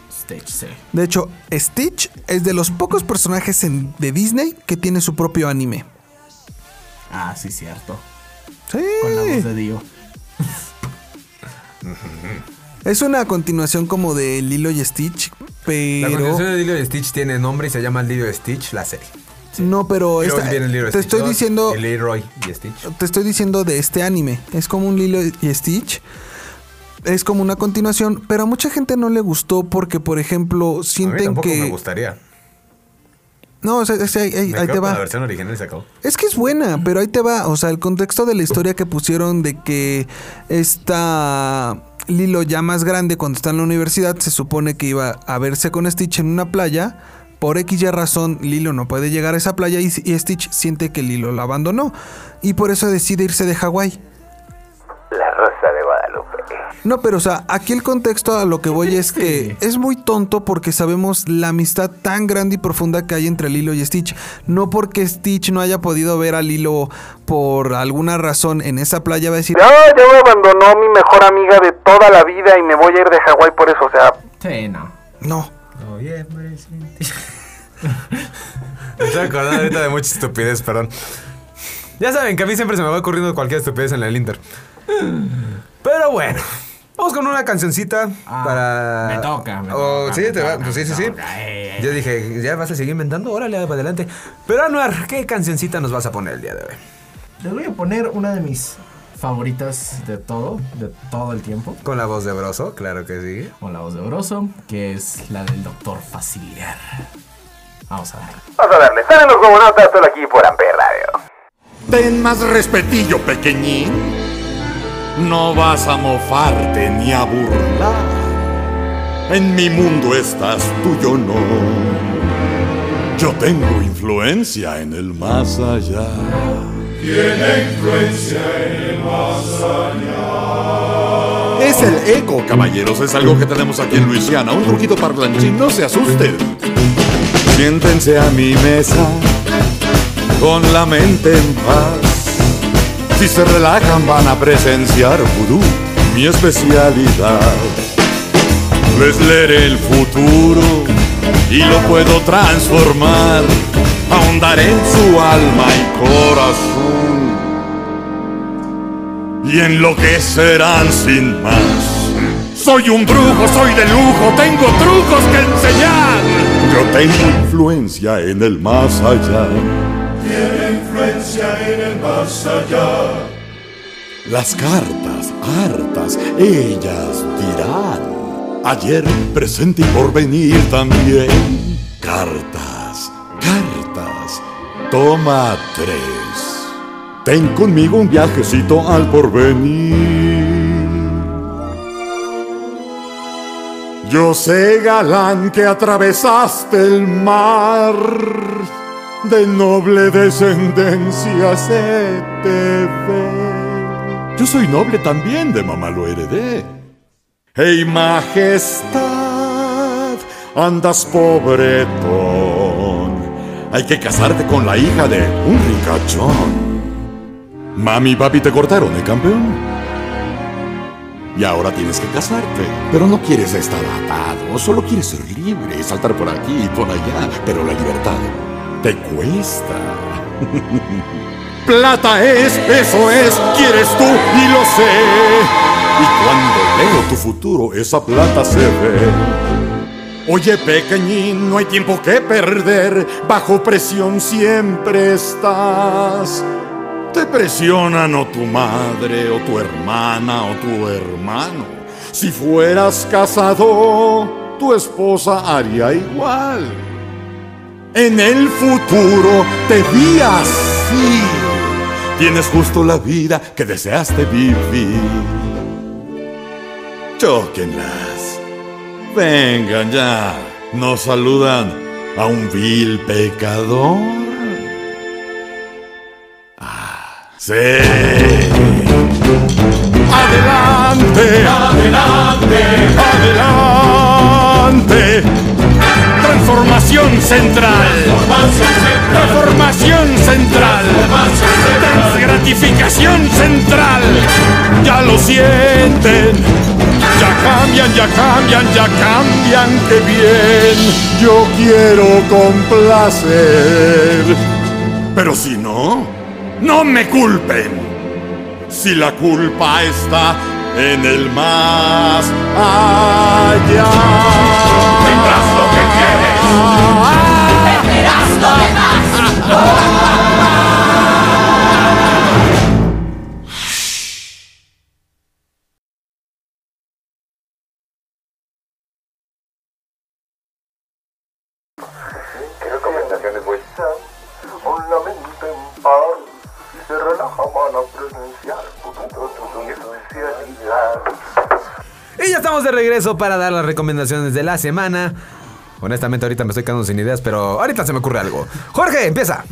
[SPEAKER 3] Stage C.
[SPEAKER 2] De hecho, Stitch es de los pocos personajes en- de Disney que tiene su propio anime.
[SPEAKER 3] Ah, sí, cierto.
[SPEAKER 2] Sí.
[SPEAKER 3] Con la voz de Dio.
[SPEAKER 2] Es una continuación como de Lilo y Stitch,
[SPEAKER 1] La
[SPEAKER 2] pero
[SPEAKER 1] continuación de Lilo y Stitch tiene nombre y se llama Lilo y Stitch, la serie.
[SPEAKER 2] no, pero
[SPEAKER 1] Luego
[SPEAKER 2] Oh, esta-
[SPEAKER 1] viene Lilo y
[SPEAKER 2] te
[SPEAKER 1] Stitch
[SPEAKER 2] estoy
[SPEAKER 1] 2,
[SPEAKER 2] diciendo
[SPEAKER 1] y Leroy y Stitch.
[SPEAKER 2] te estoy diciendo de este anime. Es como un Lilo y Stitch. Es como una continuación, pero a mucha gente no le gustó porque, por ejemplo,
[SPEAKER 1] A mí
[SPEAKER 2] sienten
[SPEAKER 1] tampoco me
[SPEAKER 2] que...
[SPEAKER 1] gustaría.
[SPEAKER 2] No, o sea, es- ahí- ahí-
[SPEAKER 1] Me quedo
[SPEAKER 2] ahí te
[SPEAKER 1] con
[SPEAKER 2] va.
[SPEAKER 1] La versión original y se acabó.
[SPEAKER 2] Es que es buena, pero ahí te va. O sea, el contexto de la historia que pusieron de que esta Lilo ya más grande cuando está en la universidad se supone que iba a verse con Stitch en una playa. Por X ya razón, Lilo no puede llegar a esa playa y, y Stitch siente que Lilo la abandonó. Y por eso decide irse de Hawái.
[SPEAKER 5] La Rosa de Guadalupe.
[SPEAKER 2] No, pero o sea, aquí el contexto a lo que voy es que es muy tonto porque sabemos la amistad tan grande y profunda que hay entre Lilo y Stitch. No porque Stitch no haya podido ver a Lilo por alguna razón en esa playa va a decir...
[SPEAKER 5] No, ya me abandonó mi mejor amiga de toda la vida y me voy a ir de Hawái por eso, o sea...
[SPEAKER 3] Sí, no.
[SPEAKER 2] No.
[SPEAKER 3] Noviembre es
[SPEAKER 1] Me estoy acordando ahorita de mucha estupidez, perdón. Ya saben que a mí siempre se me va ocurriendo cualquier estupidez en el Inter. Pero bueno, vamos con una cancioncita para.
[SPEAKER 3] Ah, me toca, me
[SPEAKER 1] Oh,
[SPEAKER 3] toca,
[SPEAKER 1] sí,
[SPEAKER 3] me
[SPEAKER 1] te va.
[SPEAKER 3] toca,
[SPEAKER 1] pues sí,
[SPEAKER 3] me
[SPEAKER 1] sí, sí.
[SPEAKER 3] toca, eh.
[SPEAKER 1] Yo dije, ¿ya vas a seguir inventando? Órale, para adelante. Pero Anuar, ¿qué cancioncita nos vas a poner el día de hoy?
[SPEAKER 3] Les voy a poner una de mis favoritas de todo, de todo el tiempo.
[SPEAKER 1] Con la voz de Broso, claro que sí.
[SPEAKER 3] Con la voz de Broso, que es la del Doctor Faciliar. Vamos a ver.
[SPEAKER 5] Vamos a darle, salen los huevonautas solo aquí por Amper Radio.
[SPEAKER 7] Ten más respetillo, pequeñín. No vas a mofarte ni a burlar. En mi mundo estás tú, yo no. Yo tengo influencia en el más allá.
[SPEAKER 16] Tiene influencia en el más allá.
[SPEAKER 7] Es el eco, caballeros. Es algo que tenemos aquí en Luisiana. Un truquito parlanchín, no se asusten. Siéntense a mi mesa con la mente en paz. Si se relajan van a presenciar vudú, mi especialidad. Les leeré el futuro y lo puedo transformar. Ahondaré en su alma y corazón y enloquecerán sin más. Soy un brujo, soy de lujo, tengo trucos que enseñar. Yo tengo influencia en el más allá.
[SPEAKER 16] Tiene influencia en el más allá.
[SPEAKER 7] Las cartas, hartas, ellas dirán. Ayer, presente y por venir también. Cartas, cartas. Toma tres. Ten conmigo un viajecito al porvenir. Yo sé, galán, que atravesaste el mar.
[SPEAKER 12] de noble descendencia se te ve. Yo soy noble también, de mamá lo heredé. E ¡Ey, majestad! Andas pobretón. Hay que casarte con la hija de un ricachón. Mami y papi te cortaron, ¿eh, campeón? Y ahora tienes que casarte. Pero no quieres estar atado, solo quieres ser libre, saltar por aquí y por allá. Pero la libertad te cuesta. [LAUGHS] Plata es, eso es, quieres tú y lo sé. Y cuando veo tu futuro, esa plata se ve. Oye, pequeñín, no hay tiempo que perder. Bajo presión siempre estás. Te presionan o tu madre, o tu hermana, o tu hermano. Si fueras casado, tu esposa haría igual. En el futuro te vi así. Tienes justo la vida que deseaste vivir. Chóquenlas. Vengan ya. Nos saludan a un vil pecador. Ah, sí. Adelante, adelante, adelante. Transformación central. Transformación central. Transgratificación central. Ya lo sienten. Ya cambian, ya cambian, ya cambian. Qué bien. Yo quiero complacer. Pero si no, no me culpen. Si la culpa está en el más allá. Tendrás lo que quieres. Tendrás lo demás.
[SPEAKER 5] ¿Qué recomendaciones, güey? Un lamento en paz. Se relaja para presenciar
[SPEAKER 1] Y ya estamos de regreso para dar las recomendaciones de la semana. Honestamente, ahorita me estoy quedando sin ideas, pero ahorita se me ocurre algo. Jorge, empieza.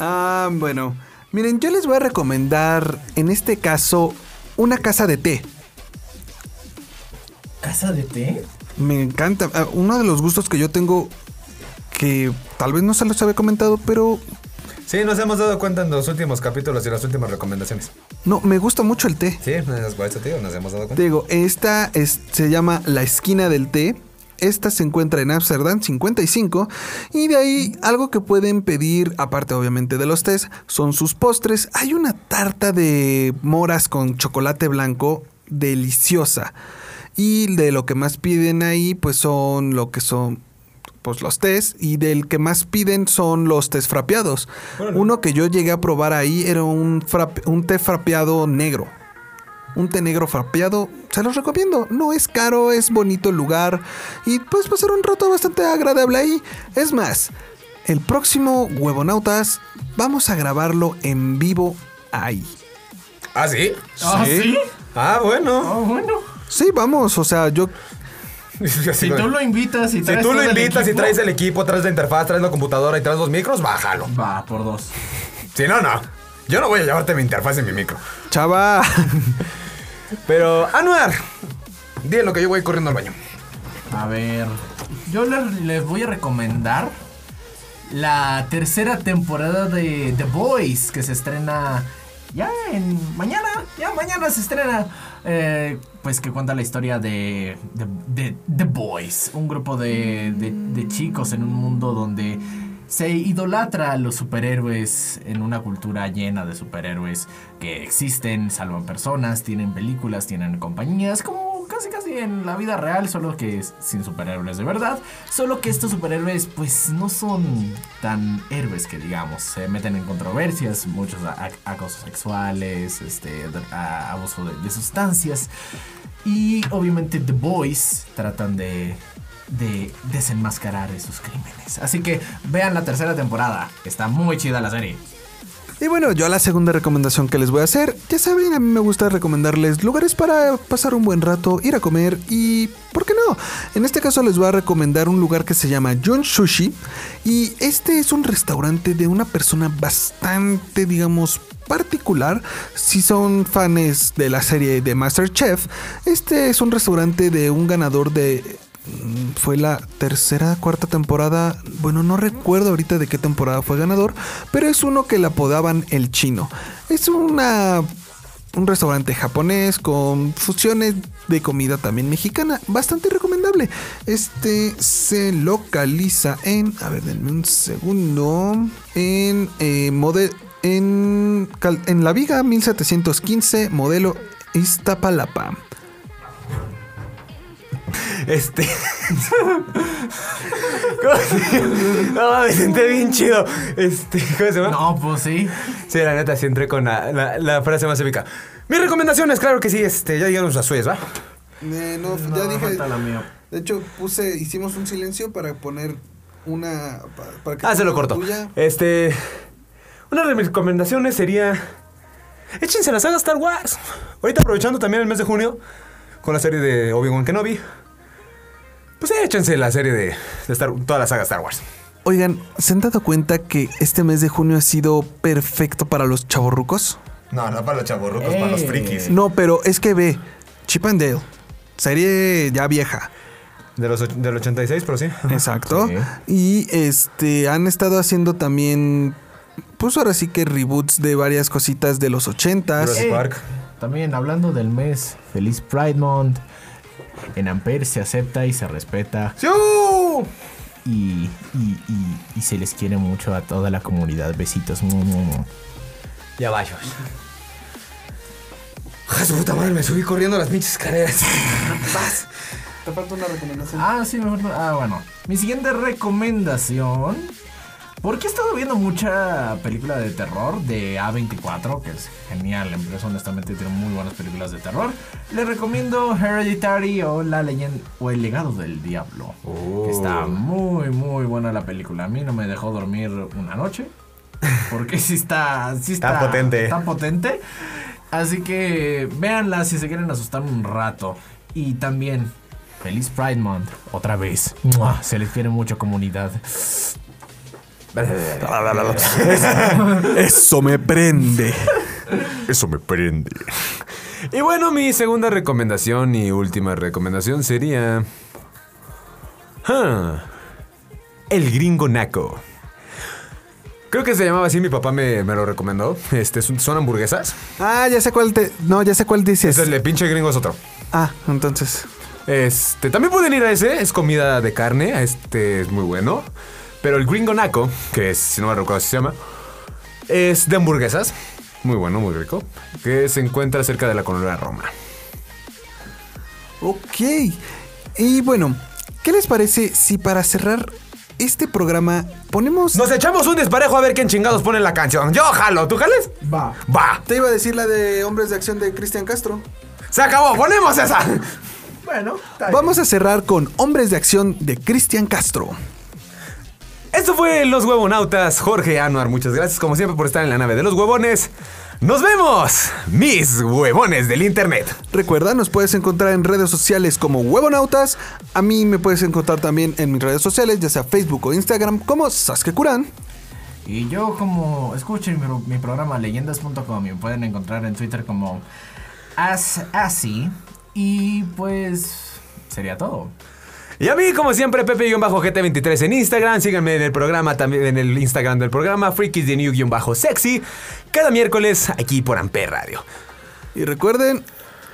[SPEAKER 2] Ah, bueno. Miren, yo les voy a recomendar, en este caso, una casa de té.
[SPEAKER 3] ¿Casa de té?
[SPEAKER 2] Me encanta. Ah, Uno de los gustos que yo tengo, que tal vez no se los había comentado, pero
[SPEAKER 1] Sí, nos hemos dado cuenta en los últimos capítulos y las últimas recomendaciones.
[SPEAKER 2] no, me gusta mucho el té.
[SPEAKER 1] Sí, nos, por eso te digo, nos hemos dado
[SPEAKER 2] Te
[SPEAKER 1] cuenta.
[SPEAKER 2] digo, esta es- se llama La Esquina del Té. Esta se encuentra en Amsterdam 55 y de ahí algo que pueden pedir, aparte obviamente de los tés, son sus postres. Hay una tarta de moras con chocolate blanco deliciosa. Y de lo que más piden ahí, pues son lo que son pues los tés y del que más piden son los tés frapeados. Uno que yo llegué a probar ahí era un, frape- un té frapeado negro. Un té negro frapeado, se los recomiendo. No es caro, es bonito el lugar y puedes pasar un rato bastante agradable ahí. Es más, el próximo Huevonautas vamos a grabarlo en vivo ahí.
[SPEAKER 1] ¿Ah, sí?
[SPEAKER 2] ¿Ah, sí?
[SPEAKER 1] Ah, bueno. Ah, [LAUGHS]
[SPEAKER 3] bueno.
[SPEAKER 2] Sí, vamos, o sea, yo...
[SPEAKER 3] Si tú lo invitas y
[SPEAKER 1] Si
[SPEAKER 3] traes
[SPEAKER 1] tú lo
[SPEAKER 3] todo el
[SPEAKER 1] invitas y
[SPEAKER 3] equipo-
[SPEAKER 1] traes el equipo, traes la interfaz, traes la computadora y traes los micros, bájalo.
[SPEAKER 3] Va, por dos.
[SPEAKER 1] Si no, no. Yo no voy a llevarte mi interfaz y mi micro.
[SPEAKER 2] Chava. [LAUGHS]
[SPEAKER 1] Pero, Anuar, di en lo que yo voy corriendo al baño.
[SPEAKER 3] A ver, yo les, les voy a recomendar la tercera temporada de The Boys que se estrena ya en mañana, ya mañana se estrena. eh, pues que cuenta la historia de, de- de The Boys, un grupo de, de- de chicos en un mundo donde se idolatra a los superhéroes en una cultura llena de superhéroes que existen, salvan personas, tienen películas, tienen compañías, como casi casi en la vida real, solo que es sin superhéroes de verdad. Solo que estos superhéroes pues no son tan héroes que digamos, se meten en controversias, muchos a- a- acosos sexuales, este, dr- a- abuso de- de sustancias. Y obviamente The Boys tratan de, de desenmascarar esos crímenes. Así que vean la tercera temporada. Está muy chida la serie.
[SPEAKER 2] Y bueno, yo la segunda recomendación que les voy a hacer, ya saben, a mí me gusta recomendarles lugares para pasar un buen rato, ir a comer y, ¿por qué no? En este caso les voy a recomendar un lugar que se llama John Sushi y este es un restaurante de una persona bastante, digamos, particular. Si son fans de la serie de MasterChef, este es un restaurante de un ganador de Mm, fue la tercera, cuarta temporada. Bueno, no recuerdo ahorita de qué temporada fue ganador, pero es uno que le apodaban el chino. Es una un restaurante japonés con fusiones de comida también mexicana, bastante recomendable. Este se localiza en, a ver, denme un segundo, en eh, mode- en, Cal- en la Viga 1715, modelo Iztapalapa.
[SPEAKER 6] Este. ¿Cómo se llama? No, me senté bien chido. Este, ¿cómo se llama? No,
[SPEAKER 3] pues sí.
[SPEAKER 6] Sí, la neta, sí entré con la, la- la frase más épica. Mis recomendaciones, claro que sí, este, ya digan las suyas, ¿va?
[SPEAKER 2] Eh, no,
[SPEAKER 3] No,
[SPEAKER 2] ya dije.
[SPEAKER 3] falta la mía.
[SPEAKER 2] De hecho, puse, hicimos un silencio para poner una. pa- Para, que
[SPEAKER 6] Ah, se lo
[SPEAKER 2] ponga
[SPEAKER 6] corto.
[SPEAKER 2] la tuya.
[SPEAKER 6] Este. Una de mis recomendaciones sería. Échense la saga Star Wars. Ahorita aprovechando también el mes de junio con la serie de Obi-Wan Kenobi. Pues échense la serie de, de Star, toda la saga Star Wars.
[SPEAKER 2] Oigan, ¿se han dado cuenta que este mes de junio ha sido perfecto para los chavorrucos?
[SPEAKER 1] No, no para los chavorrucos, para
[SPEAKER 6] Eh.
[SPEAKER 1] los frikis.
[SPEAKER 2] No, pero es que ve, Chip and Dale, serie ya vieja.
[SPEAKER 6] De los, och- del 86, pero sí.
[SPEAKER 2] Exacto. Y este han estado haciendo también, pues ahora sí que reboots de varias cositas de los ochentas.
[SPEAKER 3] Eh, También hablando del mes, feliz Pride Month. En Ampere se acepta y se respeta. Y, y- y- y se les quiere mucho a toda la comunidad. Besitos. Mu, mu, mu.
[SPEAKER 6] Ya vayos. su puta madre, me subí corriendo las pinches escaleras.
[SPEAKER 2] Te falta una recomendación.
[SPEAKER 3] Ah, sí, me acuerdo. Ah, bueno. Mi siguiente recomendación. Porque he estado viendo mucha película de terror de A24, que es genial. La empresa honestamente tiene muy buenas películas de terror. Les recomiendo Hereditary o La leyenda o El legado del diablo. que Está muy, muy buena la película. A mí no me dejó dormir una noche. Porque sí está, sí
[SPEAKER 6] Está
[SPEAKER 3] está,
[SPEAKER 6] potente.
[SPEAKER 3] Está potente. Así que véanla si se quieren asustar un rato. Y también, feliz Pride Month, otra vez. ¡Mua! Se les quiere mucho comunidad.
[SPEAKER 2] Eso
[SPEAKER 6] [LAUGHS]
[SPEAKER 2] me prende.
[SPEAKER 1] [LAUGHS] Eso me prende. Y bueno, mi segunda recomendación y última recomendación sería. Ah, el gringo naco. Creo que se llamaba así, mi papá me, me lo recomendó. Este, son, son hamburguesas.
[SPEAKER 2] Ah, ya sé cuál te. No, ya sé cuál dices.
[SPEAKER 1] Ese es el pinche gringo es otro.
[SPEAKER 2] Ah, entonces.
[SPEAKER 1] Este, también pueden ir a ese, es comida de carne, este es muy bueno. Pero el Gringo Naco, que es, si no me recuerdo si se llama, es de hamburguesas, muy bueno, muy rico, que se encuentra cerca de la colonia Roma.
[SPEAKER 2] Ok. Y bueno, ¿qué les parece si para cerrar este programa ponemos.
[SPEAKER 6] Nos echamos un desparejo a ver quién chingados pone la canción. Yo jalo, ¿tú jales?
[SPEAKER 2] Va.
[SPEAKER 6] Va.
[SPEAKER 2] Te iba a decir la de Hombres de Acción de Cristian Castro.
[SPEAKER 6] Se acabó, ponemos esa.
[SPEAKER 3] Bueno,
[SPEAKER 2] Vamos a cerrar con Hombres de Acción de Cristian Castro.
[SPEAKER 6] Esto fue Los Huevonautas. Jorge Anuar, muchas gracias como siempre por estar en la nave de los huevones. Nos vemos, mis huevones del internet.
[SPEAKER 2] Recuerda, nos puedes encontrar en redes sociales como Huevonautas. A mí me puedes encontrar también en mis redes sociales, ya sea Facebook o Instagram, como Sasuke Kuran.
[SPEAKER 3] Y yo como escuchen mi, mi programa leyendas.com me pueden encontrar en Twitter como as así y pues sería todo.
[SPEAKER 6] Y a mí, como siempre, Pepe-GT23 en Instagram. Síganme en el programa, también en el Instagram del programa, Freakies de New-Sexy. Cada miércoles aquí por Amper Radio.
[SPEAKER 2] Y recuerden,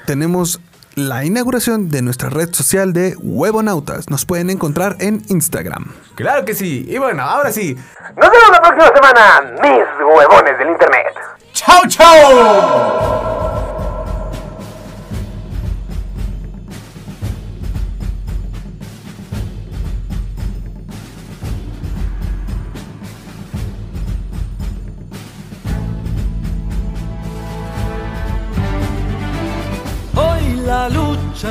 [SPEAKER 2] tenemos la inauguración de nuestra red social de Huevonautas. Nos pueden encontrar en Instagram.
[SPEAKER 6] Claro que sí. Y bueno, ahora sí.
[SPEAKER 5] Nos vemos la próxima semana, mis huevones del internet.
[SPEAKER 3] ¡Chao, chao!
[SPEAKER 17] Hoy la lucha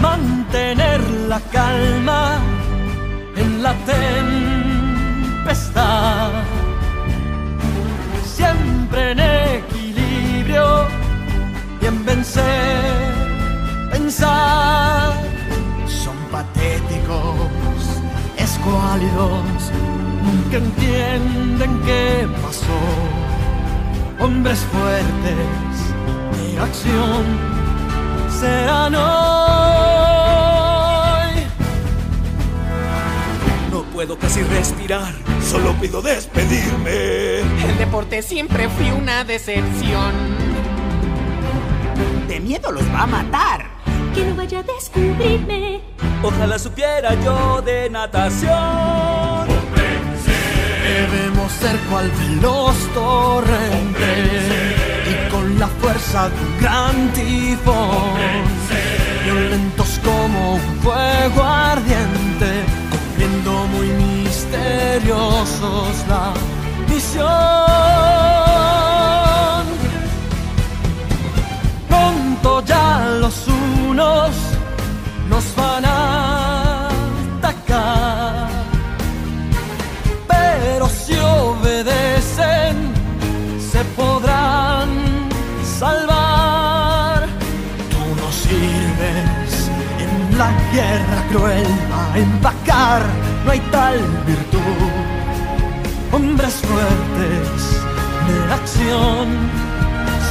[SPEAKER 3] Mantener la calma en la tempestad. Siempre en equilibrio y en vencer, pensar. Son patéticos, escuálidos, nunca entienden qué pasó. Hombres fuertes de acción serán hoy.
[SPEAKER 18] No puedo casi respirar, solo pido despedirme.
[SPEAKER 19] El deporte siempre fue una decepción.
[SPEAKER 20] De miedo los va a matar.
[SPEAKER 21] Que no vaya a descubrirme.
[SPEAKER 20] Ojalá supiera yo de natación.
[SPEAKER 3] Debemos ser cual veloz torrente y con la fuerza de un gran tifón, violentos como un fuego ardiente, cumpliendo muy misteriosos la misión. Pronto ya los unos nos van a atacar pero si obedecen se podrán salvar. Tú no sirves en la guerra cruel a empacar, no hay tal virtud. Hombres fuertes de acción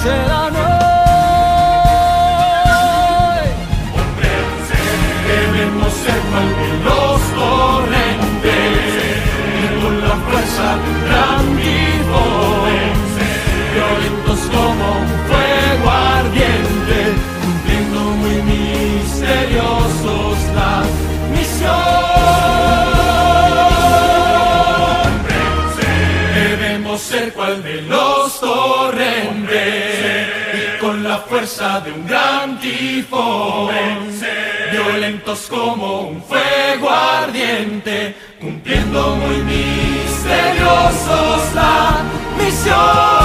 [SPEAKER 3] serán hoy.
[SPEAKER 12] Debemos ser cual veloz torrente y con la fuerza de un gran tifón, violentos como un fuego ardiente, cumpliendo muy misteriosos la misión. Debemos ser cual veloz torrente y con la fuerza de un gran tifón violentos como un fuego ardiente, cumpliendo muy misteriosos la misión.